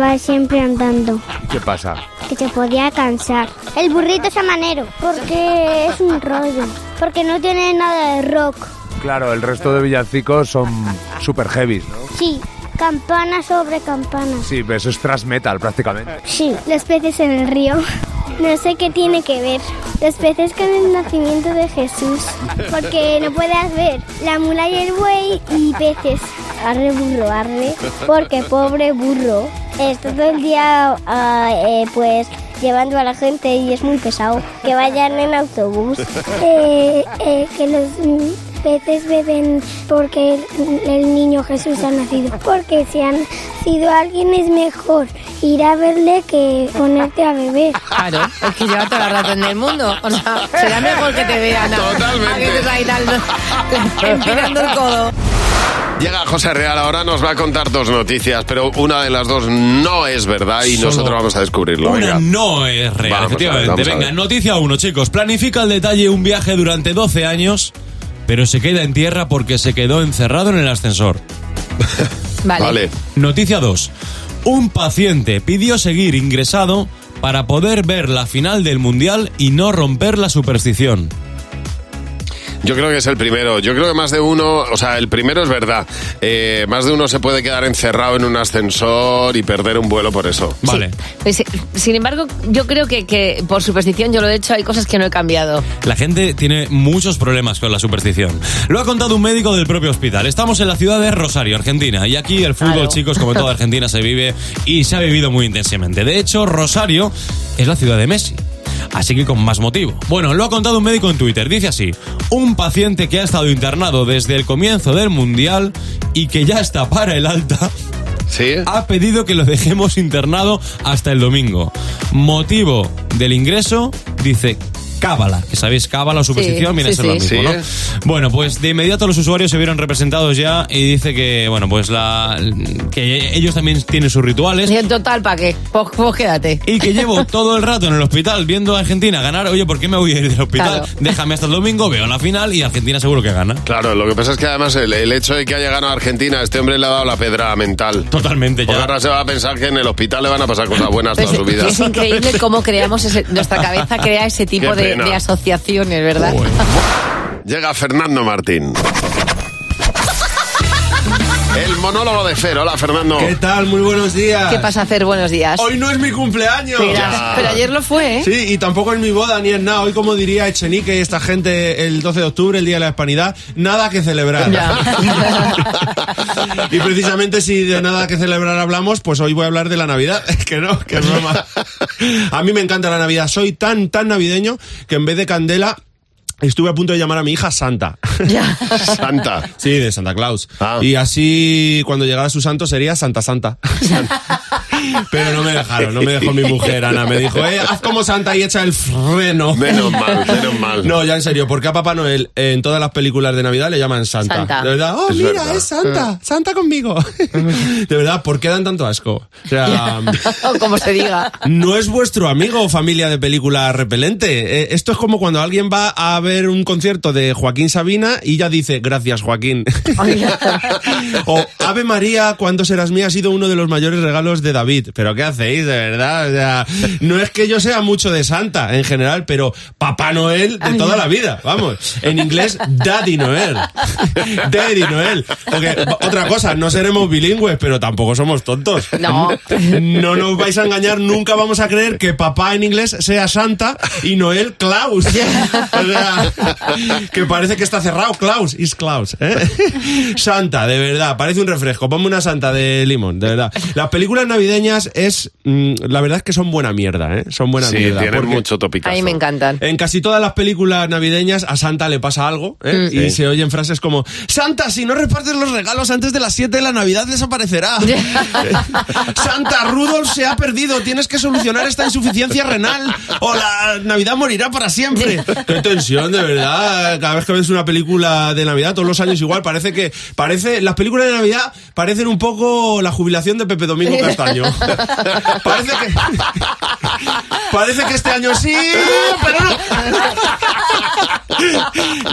Speaker 28: va siempre andando.
Speaker 23: ¿Qué pasa?
Speaker 28: que te podía cansar. El burrito samanero, porque es un rollo, porque no tiene nada de rock.
Speaker 23: Claro, el resto de villancicos son super heavy, ¿no?
Speaker 28: Sí, campana sobre campana.
Speaker 23: Sí, pero eso es thrash
Speaker 28: [LAUGHS]
Speaker 23: metal prácticamente.
Speaker 28: Sí, los peces en el río. No sé qué tiene que ver. Los peces con el nacimiento de Jesús. Porque no puedes ver la mula y el buey y peces. Arre burro, arre. Porque pobre burro. Está todo el día [LAUGHS] ah, eh, pues llevando a la gente y es muy pesado. Que vayan en autobús. Eh, que los peces beben porque el, el niño Jesús ha nacido. Porque si han sido alguien es mejor ir a verle que ponerte a beber.
Speaker 4: Claro, es que lleva toda la razón del mundo. O sea, será mejor que te vean. a- A que te traigan- empinando el codo.
Speaker 3: Llega José Real, ahora nos va a contar dos noticias, pero una de las dos no es verdad y
Speaker 19: Solo
Speaker 3: nosotros vamos a descubrirlo.
Speaker 19: Una
Speaker 3: Venga.
Speaker 19: no es real,
Speaker 3: Vamos a ver,
Speaker 19: efectivamente.
Speaker 3: vamos a
Speaker 19: Venga,
Speaker 3: ver.
Speaker 19: noticia 1, chicos. Planifica al detalle un viaje durante 12 años, pero se queda en tierra porque se quedó encerrado en el ascensor.
Speaker 4: Vale.
Speaker 19: Noticia 2. Un paciente pidió seguir ingresado para poder ver la final del Mundial y no romper la superstición.
Speaker 3: Yo creo que es el primero. Yo creo que más de uno, o sea, el primero es verdad. Eh, más de uno se puede quedar encerrado en un ascensor y perder un vuelo por eso.
Speaker 19: Vale.
Speaker 4: Pues, eh, Sin embargo, yo creo que, que por superstición yo lo he hecho, hay cosas que no he cambiado.
Speaker 19: La gente tiene muchos problemas con la superstición. Lo ha contado un médico del propio hospital. Estamos en la ciudad de Rosario, Argentina, y aquí el fútbol, chicos, como en toda Argentina, se vive y se ha vivido muy intensamente. De hecho, Rosario es la ciudad de Messi. Así que con más motivo. Bueno, lo ha contado un médico en Twitter. Dice así, un paciente que ha estado internado desde el comienzo del Mundial y que ya está para el alta, ha pedido que lo dejemos internado hasta el domingo. Motivo del ingreso, dice cábala, que sabéis, cábala o superstición
Speaker 29: Sí,
Speaker 19: viene a
Speaker 29: sí,
Speaker 19: ser lo
Speaker 29: sí.
Speaker 19: mismo, ¿no? Bueno, pues de inmediato los usuarios se vieron representados ya y dice que, bueno, pues la que ellos también tienen sus rituales
Speaker 4: Y en total, ¿para qué? Pues, pues quédate.
Speaker 19: y
Speaker 4: [LAUGHS]
Speaker 19: que llevo todo [LAUGHS] el rato en el hospital viendo a Argentina ganar. Oye, ¿por qué me voy a ir del hospital?
Speaker 3: Claro.
Speaker 19: Déjame hasta el domingo, veo la final y Argentina seguro que gana.
Speaker 3: Claro, lo que pasa es que además el, el hecho de que haya ganado Argentina, este hombre le ha dado la pedra mental.
Speaker 19: Totalmente,
Speaker 3: ya. ahora se va a pensar que en el hospital le van a pasar cosas buenas toda su vida.
Speaker 4: Pues, Es increíble cómo creamos, ese- nuestra cabeza crea ese tipo
Speaker 3: Qué
Speaker 4: de,
Speaker 3: pena.
Speaker 4: de asociaciones, ¿verdad?
Speaker 3: Llega Fernando Martín. El monólogo de Fer. Hola, Fernando.
Speaker 5: ¿Qué tal? Muy buenos días.
Speaker 4: ¿Qué pasa, Fer? Buenos días.
Speaker 5: Hoy no es mi cumpleaños.
Speaker 4: Mira, pero ayer lo fue, ¿eh?
Speaker 5: Sí, y tampoco es mi boda ni es nada. Hoy, como diría Echenique y esta gente, el 12 de octubre, el Día de la Hispanidad, nada que celebrar. [LAUGHS] y precisamente si de nada que celebrar hablamos, pues hoy voy a hablar de la Navidad. [LAUGHS] que no, que es broma. A mí me encanta la Navidad. Soy tan, tan navideño que en vez de candela... Estuve a punto de llamar a mi hija Santa.
Speaker 3: Santa. Ah.
Speaker 5: Sí, de Santa Claus. Y así, cuando llegara su santo, sería
Speaker 3: [LAUGHS]
Speaker 5: Santa Santa. Pero no me dejaron, no me dejó mi mujer, Ana. Me dijo, eh, haz como Santa y echa el freno.
Speaker 3: Menos mal, menos mal.
Speaker 5: No, ya en serio, porque a Papá Noel eh, en todas las películas de Navidad le llaman Santa.
Speaker 29: Santa.
Speaker 5: De verdad, oh,
Speaker 29: Es
Speaker 5: mira,
Speaker 29: verdad.
Speaker 3: [LAUGHS]
Speaker 5: es Santa. Santa conmigo. De verdad, ¿por qué dan tanto asco?
Speaker 3: [LAUGHS]
Speaker 5: O sea,
Speaker 4: O como se diga.
Speaker 5: no es vuestro amigo o familia de película repelente. Eh, esto es como cuando alguien va a ver un concierto de Joaquín Sabina y ya dice,
Speaker 29: [LAUGHS]
Speaker 5: gracias Joaquín. o Ave María, cuando serás mía, ha sido uno de los mayores regalos de David. Pero ¿qué hacéis, de verdad? O sea, no es que yo sea mucho de santa en general, pero Papá Noel de
Speaker 29: Ay,
Speaker 5: toda
Speaker 29: no.
Speaker 5: la vida, vamos. En inglés, Daddy Noel. Daddy Noel. Porque, otra cosa, no seremos bilingües, pero tampoco somos tontos.
Speaker 29: No.
Speaker 5: [LAUGHS] No nos vais a engañar, nunca vamos a creer que papá en inglés sea Santa y Noel Klaus. O sea, que parece que está cerrado. Klaus is Klaus. ¿eh? [LAUGHS] Santa, de verdad, parece un refresco. Ponme una Santa de limón, de verdad. Las películas navideñas es. mm, la verdad es que son buena mierda, ¿eh? Son buena
Speaker 3: Sí,
Speaker 5: mierda.
Speaker 3: tienen
Speaker 5: porque-
Speaker 3: mucho
Speaker 4: A mí me encantan.
Speaker 5: en casi todas las películas navideñas a Santa le pasa algo ¿eh?
Speaker 4: Mm.
Speaker 5: y
Speaker 4: Sí.
Speaker 5: se oyen frases como Santa, si no repartes los regalos antes de las 7 de la
Speaker 4: [LAUGHS]
Speaker 5: Navidad desaparecerá. [LAUGHS] Santa, Rudolf se ha perdido, tienes que solucionar esta insuficiencia renal o la Navidad morirá para [LAUGHS] siempre. Qué tensión, de verdad. Cada vez que ves una película de Navidad, todos los años igual, parece que parece las películas de Navidad parecen un poco la jubilación de Pepe Domingo
Speaker 4: [LAUGHS]
Speaker 5: Castaño. parece que parece que este año sí, pero no.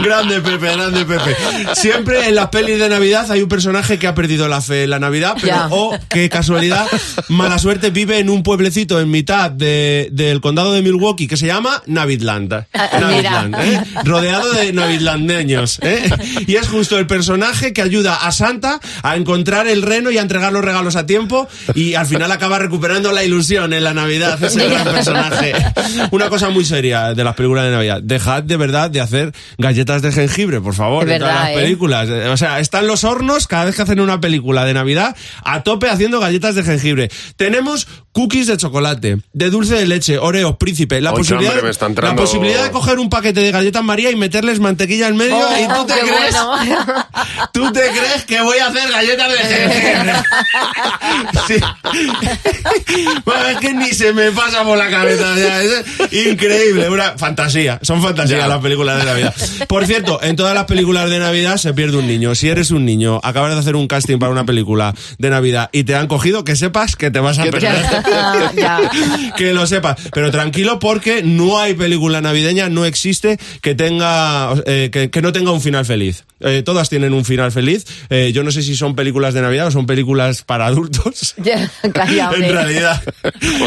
Speaker 5: Grande Pepe, grande Pepe. Siempre en las pelis de Navidad hay un personaje que ha perdido la fe en la Navidad, pero
Speaker 29: Ya.
Speaker 5: oh, qué casualidad, mala suerte vive en un pueblecito en mitad de- del condado de Milwaukee que se llama Navidland.
Speaker 29: Ah,
Speaker 5: Navidland,
Speaker 29: mira.
Speaker 5: ¿eh? rodeado de navidlandeños. ¿eh? Y es justo el personaje que ayuda a Santa a encontrar el reno y a entregar los regalos a tiempo y al final acaba recuperando la ilusión en la Navidad.
Speaker 29: [LAUGHS]
Speaker 5: Ese gran personaje. [LAUGHS] Una cosa muy seria de las películas de Navidad. Dejad de verdad de hacer galletas de jengibre, por favor,
Speaker 29: Es
Speaker 5: en todas
Speaker 29: verdad,
Speaker 5: las
Speaker 29: ¿eh?
Speaker 5: películas. Eh, O sea, están los hornos cada vez que hacen una película de Navidad a tope haciendo galletas de jengibre. Tenemos cookies de chocolate, de dulce de leche, oreos, príncipe. La
Speaker 3: Ay, qué
Speaker 5: posibilidad,
Speaker 3: hambre me está
Speaker 5: la
Speaker 3: entrando.
Speaker 5: posibilidad de coger un paquete de galletas María y meterles mantequilla en medio
Speaker 29: Oh,
Speaker 5: y tú te crees [LAUGHS] ¿Tú te crees que voy a hacer galletas de
Speaker 29: [LAUGHS]
Speaker 5: jengibre?
Speaker 3: [LAUGHS]
Speaker 5: Sí. Bueno, es que ni se me pasa por la cabeza. o sea, es increíble. Una fantasía. Son fantasías las películas de Navidad. Por cierto, en todas las películas de Navidad se pierde un niño. Si eres un niño, acabas de hacer un casting para una película de Navidad y te han cogido, que sepas que te vas a perder.
Speaker 27: [LAUGHS]
Speaker 5: que lo sepas. Pero tranquilo porque no hay película navideña, no existe que tenga eh, que, que no tenga un final feliz. Eh, todas tienen un final feliz. Eh, yo no sé si son películas de Navidad o son películas para adultos.
Speaker 4: [LAUGHS] Ya, callado,
Speaker 5: en
Speaker 4: eh.
Speaker 5: realidad.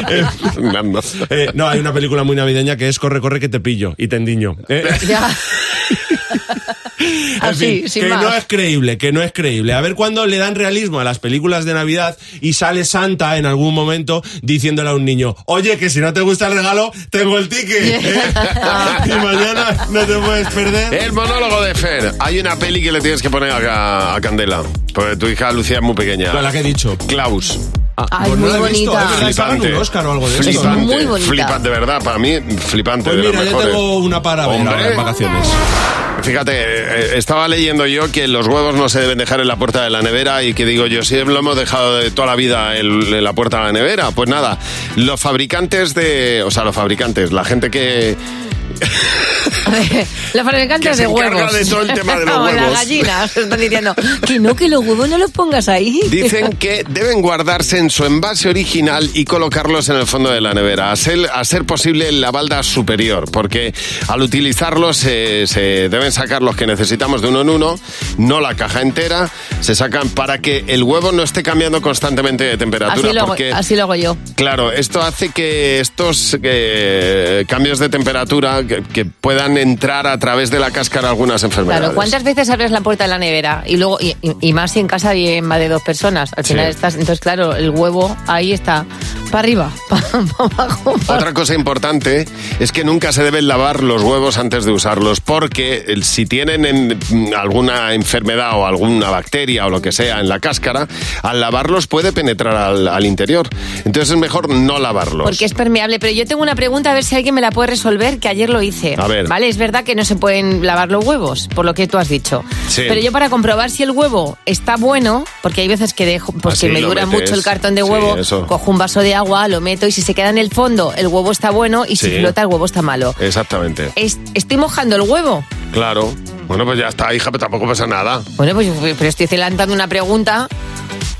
Speaker 5: Eh, eh, no, hay una película muy navideña que es Corre, corre, que te pillo y te endiño. Eh, en
Speaker 4: [LAUGHS] Así,
Speaker 5: fin,
Speaker 4: sin
Speaker 5: que
Speaker 4: más.
Speaker 5: no es creíble, que no es creíble. A ver cuándo le dan realismo a las películas de Navidad y sale Santa en algún momento diciéndole a un niño, oye, que si no te gusta el regalo, tengo el
Speaker 4: [LAUGHS]
Speaker 5: ticket. ¿eh? y mañana no te puedes perder.
Speaker 3: El monólogo de Fer. Hay una peli que le tienes que poner a, a Candela. Porque tu hija Lucía es muy pequeña.
Speaker 5: La- la que he dicho.
Speaker 3: Claus.
Speaker 5: Ay, pues no muy la he
Speaker 3: Ah,
Speaker 5: visto, bonita. es verdad, pagan un Oscar o algo de eso, ¿no?
Speaker 3: Flipante,
Speaker 5: Es muy bonita.
Speaker 3: flipante, de verdad, para mí, flipante.
Speaker 5: Pues
Speaker 3: de las
Speaker 5: mira, yo
Speaker 3: mejores.
Speaker 5: tengo una para ver
Speaker 3: Hombre.
Speaker 5: ahora en vacaciones.
Speaker 3: Fíjate, eh, eh, estaba leyendo yo que los huevos no se deben dejar en la puerta de la nevera y que digo yo, si lo hemos dejado de toda la vida en, en la puerta de la nevera, pues nada, los fabricantes de... O sea, los fabricantes, la gente que...
Speaker 4: Los fabricantes
Speaker 3: Que se
Speaker 4: de
Speaker 3: encarga
Speaker 4: huevos.
Speaker 3: de todo el tema de los
Speaker 4: Como
Speaker 3: huevos.
Speaker 4: las gallinas. Están
Speaker 5: [LAUGHS]
Speaker 4: diciendo que no, que los huevos no los pongas ahí.
Speaker 3: Dicen que deben guardarse en su envase original y colocarlos en el fondo de la nevera, a ser, a ser posible en la balda superior, porque al utilizarlos se, se deben sacar los que necesitamos de uno en uno, no la caja entera, se sacan para que el huevo no esté cambiando constantemente de
Speaker 4: [LAUGHS]
Speaker 3: temperatura.
Speaker 4: Así lo, hago,
Speaker 3: porque
Speaker 4: así lo hago yo.
Speaker 3: Claro, esto hace que estos eh, cambios de temperatura pueda, que, que puedan entrar a través de la cáscara algunas enfermedades.
Speaker 5: pues-
Speaker 4: Claro, ¿cuántas veces abres la puerta de la nevera? Y luego, y, y- y más si en casa viven más de dos personas. Al
Speaker 3: Sí.
Speaker 4: final estás, entonces claro, el huevo ahí está, para arriba, [LAUGHS] para abajo.
Speaker 3: Otra cosa importante es que nunca se deben lavar los huevos antes de usarlos, porque el- si tienen en- mm, alguna enfermedad o alguna bacteria o lo que sea en la cáscara, al lavarlos puede penetrar al, al interior. Entonces es mejor no lavarlos.
Speaker 4: Porque es permeable. Pero yo tengo una pregunta, a ver si alguien me la puede resolver, que ayer lo hice.
Speaker 3: A ver.
Speaker 4: Vale, es verdad que no se pueden lavar los huevos, por lo que tú has dicho.
Speaker 3: Sí.
Speaker 4: Pero yo para comprobar si el huevo está bueno, porque hay veces que dejo, pues
Speaker 3: Así
Speaker 4: que me
Speaker 3: Ah, lo
Speaker 4: dura
Speaker 3: metes.
Speaker 4: mucho el cartón de
Speaker 3: Sí,
Speaker 4: huevo,
Speaker 3: eso.
Speaker 4: cojo un vaso de agua, lo meto y si se queda en el fondo, el huevo está bueno y si
Speaker 3: Sí.
Speaker 4: flota, el huevo está malo.
Speaker 3: Exactamente.
Speaker 4: Es- ¿Estoy mojando el huevo?
Speaker 3: Claro. Bueno, pues ya está, hija, pero tampoco pasa nada.
Speaker 4: Bueno, pues pero estoy lanzando una pregunta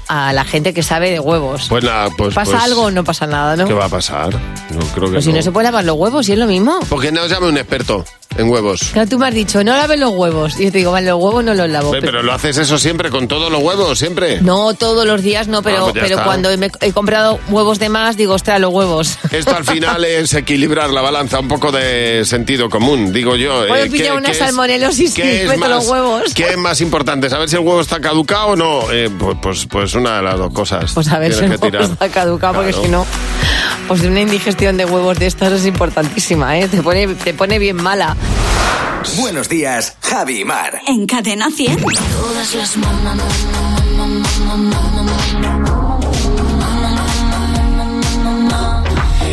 Speaker 4: a la gente que sabe de huevos.
Speaker 3: Pues nada, pues.
Speaker 4: ¿Pasa
Speaker 3: pues,
Speaker 4: algo o no pasa nada, no?
Speaker 3: ¿Qué va a pasar? No creo que
Speaker 4: Pero si no se puede lavar los huevos, si es lo mismo.
Speaker 3: Porque no os llame un experto en huevos.
Speaker 4: Claro, tú me has dicho, no laves los huevos. Y yo te digo, vale, los huevos no los lavo.
Speaker 3: Ve, Pero lo haces eso siempre, con todos los huevos, siempre.
Speaker 4: No todos los días, no, pero,
Speaker 3: Ah, pues ya
Speaker 4: pero
Speaker 3: está.
Speaker 4: cuando me he comprado huevos de más, digo, ostras, los huevos.
Speaker 3: Esto al final es equilibrar la balanza, un poco de sentido común, digo
Speaker 4: [LAUGHS]
Speaker 3: yo.
Speaker 4: Voy a
Speaker 3: Eh, ¿qué-
Speaker 4: pillar una
Speaker 3: qué es-
Speaker 4: salmonelosis y [LAUGHS]
Speaker 3: qué es
Speaker 4: meto los
Speaker 3: más-
Speaker 4: huevos.
Speaker 3: ¿Qué es más importante? ¿Saber si el huevo está caducado o no? Eh, pues, pues, pues una de las dos cosas.
Speaker 4: Pues a ver si el
Speaker 3: Tienes que
Speaker 4: huevo
Speaker 3: tirar.
Speaker 4: está caducado, porque
Speaker 3: Claro.
Speaker 4: si no, pues una indigestión de huevos de estas es importantísima, ¿eh? Te pone, te pone bien mala.
Speaker 2: Buenos días, Javi y Mar.
Speaker 1: En Cadena 100. Todas las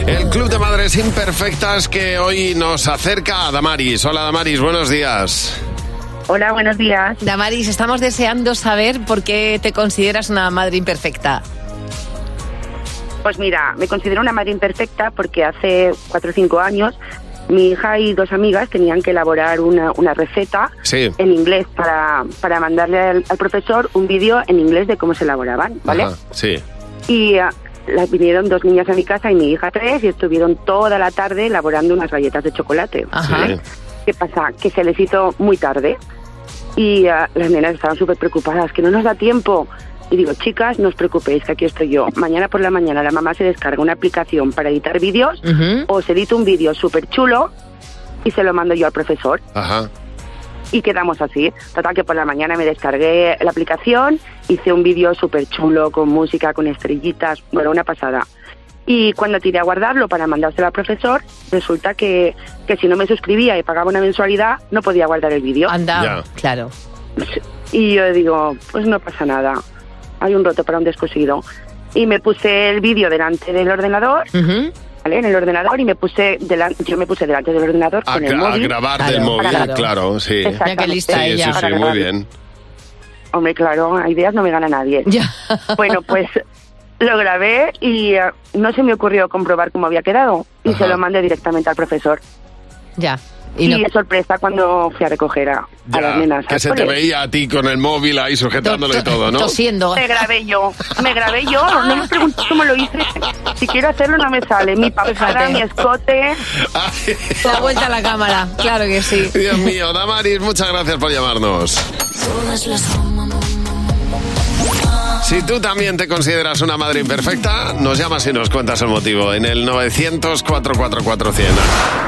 Speaker 3: El Club de Madres Imperfectas que hoy nos acerca a Damaris. Hola Damaris, buenos días.
Speaker 4: Hola, buenos días. Damaris, estamos deseando saber por qué te consideras una madre imperfecta.
Speaker 29: Pues mira, me considero una madre imperfecta porque hace 4 o 5 años mi hija y dos amigas tenían que elaborar una, una receta
Speaker 3: Sí.
Speaker 29: en inglés para, para mandarle al, al profesor un vídeo en inglés de cómo se elaboraban, ¿vale?
Speaker 3: Ajá, sí.
Speaker 29: Y ah, las vinieron dos niñas a mi casa y mi hija tres y estuvieron toda la tarde elaborando unas galletas de chocolate. ¿vale? ¿Qué pasa? Que se les hizo muy tarde y ah, las nenas estaban súper preocupadas, que no nos da tiempo. Y digo, chicas, no os preocupéis, que aquí estoy yo. Mañana por la mañana la mamá se descarga una aplicación para editar vídeos, os edito un vídeo súper chulo y se lo mando yo al profesor
Speaker 3: Ajá.
Speaker 29: y quedamos así. Total que por la mañana me descargué la aplicación, hice un vídeo súper chulo con música, con estrellitas, bueno, una pasada. Y cuando tiré a guardarlo para mandárselo al profesor, resulta que, que si no me suscribía y pagaba una mensualidad, no podía guardar el vídeo.
Speaker 4: Anda, claro.
Speaker 29: Y yo digo, pues no pasa nada, hay un roto para un descosido. Y me puse el vídeo delante del ordenador, ¿vale? En el ordenador y me puse delan- yo me puse delante del ordenador
Speaker 3: A,
Speaker 29: con el
Speaker 3: gra- a
Speaker 29: móvil.
Speaker 3: grabar
Speaker 29: para
Speaker 3: del móvil,
Speaker 29: grabar.
Speaker 3: claro, sí.
Speaker 29: Exactamente. Mira qué lista
Speaker 3: sí,
Speaker 29: ella.
Speaker 3: Sí, sí,
Speaker 29: Para
Speaker 3: muy
Speaker 29: grabar.
Speaker 3: bien.
Speaker 29: Hombre, claro, a ideas no me gana nadie. Bueno, pues lo grabé y eh, no se me ocurrió comprobar cómo había quedado y se lo mandé directamente al profesor.
Speaker 4: Ya.
Speaker 29: Y,
Speaker 4: Y no-
Speaker 29: sorpresa cuando fui a recoger a, a
Speaker 3: Ya,
Speaker 29: las nenas.
Speaker 3: que se te
Speaker 29: Oye,
Speaker 3: veía a ti con el móvil ahí sujetándolo y todo, ¿no?
Speaker 29: Me grabé yo, me grabé yo, no me preguntes cómo lo hice. Si quiero hacerlo no me sale, mi papá,
Speaker 4: Fíjate.
Speaker 29: mi escote.
Speaker 4: La vuelta a la cámara, claro que sí.
Speaker 3: [LAUGHS] Dios mío, Damaris, muchas gracias por llamarnos. Si tú también te consideras una madre imperfecta, nos llamas y nos cuentas el motivo en el 900-444-100.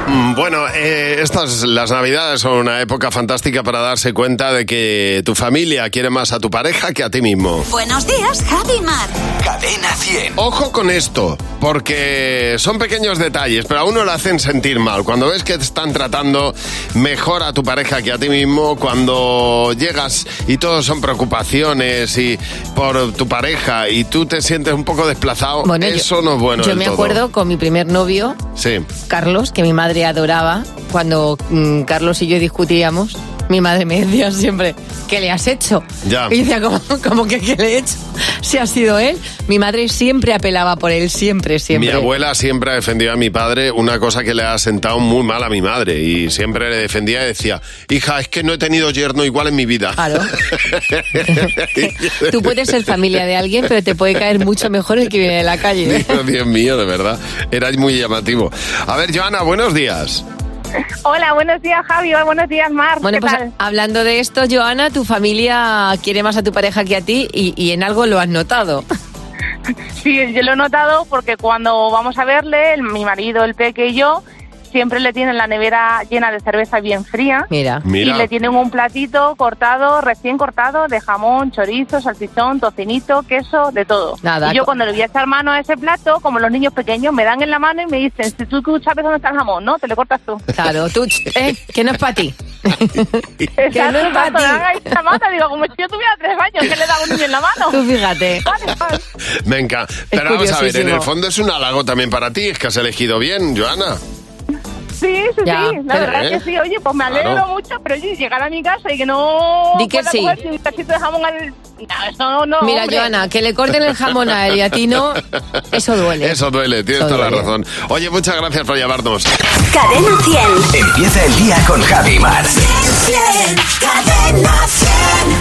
Speaker 3: Mm, Bueno, eh, estas las navidades son una época fantástica para darse cuenta de que tu familia quiere más a tu pareja que a ti mismo.
Speaker 1: Buenos días, Javi y Mar.
Speaker 2: Cadena 100.
Speaker 3: Ojo con esto, porque son pequeños detalles, pero a uno lo hacen sentir mal. Cuando ves que te están tratando mejor a tu pareja que a ti mismo, cuando llegas y todos son preocupaciones y por tu pareja y tú te sientes un poco desplazado,
Speaker 4: Bueno, yo-
Speaker 3: Oh, eso no es bueno.
Speaker 4: Yo
Speaker 3: del
Speaker 4: me
Speaker 3: todo.
Speaker 4: acuerdo con mi primer novio,
Speaker 3: Sí.
Speaker 4: Carlos, que mi madre adoraba, cuando mm, Carlos y yo discutíamos, mi madre me decía siempre, ¿qué le has hecho?
Speaker 3: Ya.
Speaker 4: Y decía, ¿cómo, cómo que qué le he hecho? [LAUGHS] Si ha sido él. Mi madre siempre apelaba por él, siempre, siempre.
Speaker 3: Mi abuela siempre ha defendido a mi padre una cosa que le ha sentado muy mal a mi madre y siempre le defendía y decía, hija, es que no he tenido yerno igual en mi vida. [LAUGHS]
Speaker 4: Claro. [LAUGHS] Tú puedes ser familia de alguien, pero te puede caer mucho mejor el que viene de la calle. ¿eh?
Speaker 3: [LAUGHS] Dios, Dios mío, de verdad. Era muy llamativo. A ver, Joana, buenos días.
Speaker 17: [LAUGHS] Hola, buenos días Javi, Hola, buenos días Mar.
Speaker 4: Bueno,
Speaker 17: ¿Qué
Speaker 4: pues
Speaker 17: tal?
Speaker 4: hablando de esto, Joana, tu familia quiere más a tu pareja que a ti y, y en algo lo has notado. [LAUGHS]
Speaker 17: Sí, yo lo he notado porque cuando vamos a verle, el- mi marido, el peque y yo, siempre le tienen la nevera llena de cerveza bien fría.
Speaker 4: Mira.
Speaker 17: Y le tienen un platito cortado, recién cortado, de jamón, chorizo, salchichón, tocinito, queso, de todo.
Speaker 4: Nada,
Speaker 17: Y yo
Speaker 4: co-
Speaker 17: cuando le voy a echar mano a ese plato, como los niños pequeños, me dan en la mano y me dicen, si tú tú sabes dónde está el jamón, ¿no? Te lo cortas tú. [LAUGHS]
Speaker 4: Claro, tú, ch- eh, que no es para ti.
Speaker 17: Exacto, [LAUGHS]
Speaker 4: es para
Speaker 17: exacto,
Speaker 4: ti.
Speaker 17: le dan ahí la mano, digo, como si yo tuviera tres años, que le da a un niño en la mano.
Speaker 4: Tú fíjate.
Speaker 3: Venga, pero vamos a ver, en
Speaker 4: curiosísimo.
Speaker 3: el fondo es un halago también para ti, es que has elegido bien, Joana.
Speaker 17: Sí, sí,
Speaker 3: Ya,
Speaker 17: sí, la
Speaker 3: pero-
Speaker 17: verdad que sí, oye, pues me alegro
Speaker 3: Claro.
Speaker 17: mucho, pero oye, llegar a mi casa y que no
Speaker 4: Di que
Speaker 17: pueda
Speaker 4: sí.
Speaker 17: coger ni un cachito de jamón al... No, eso no, no,
Speaker 4: Mira,
Speaker 17: hombre.
Speaker 4: Joana, que le corten el jamón a él y a ti
Speaker 3: [LAUGHS]
Speaker 4: no, eso duele.
Speaker 3: Eso duele, tienes toda la razón. Oye, muchas gracias por llamarnos.
Speaker 1: Cadena 100.
Speaker 2: Empieza el día con Javi Mar.
Speaker 1: Cadena 100.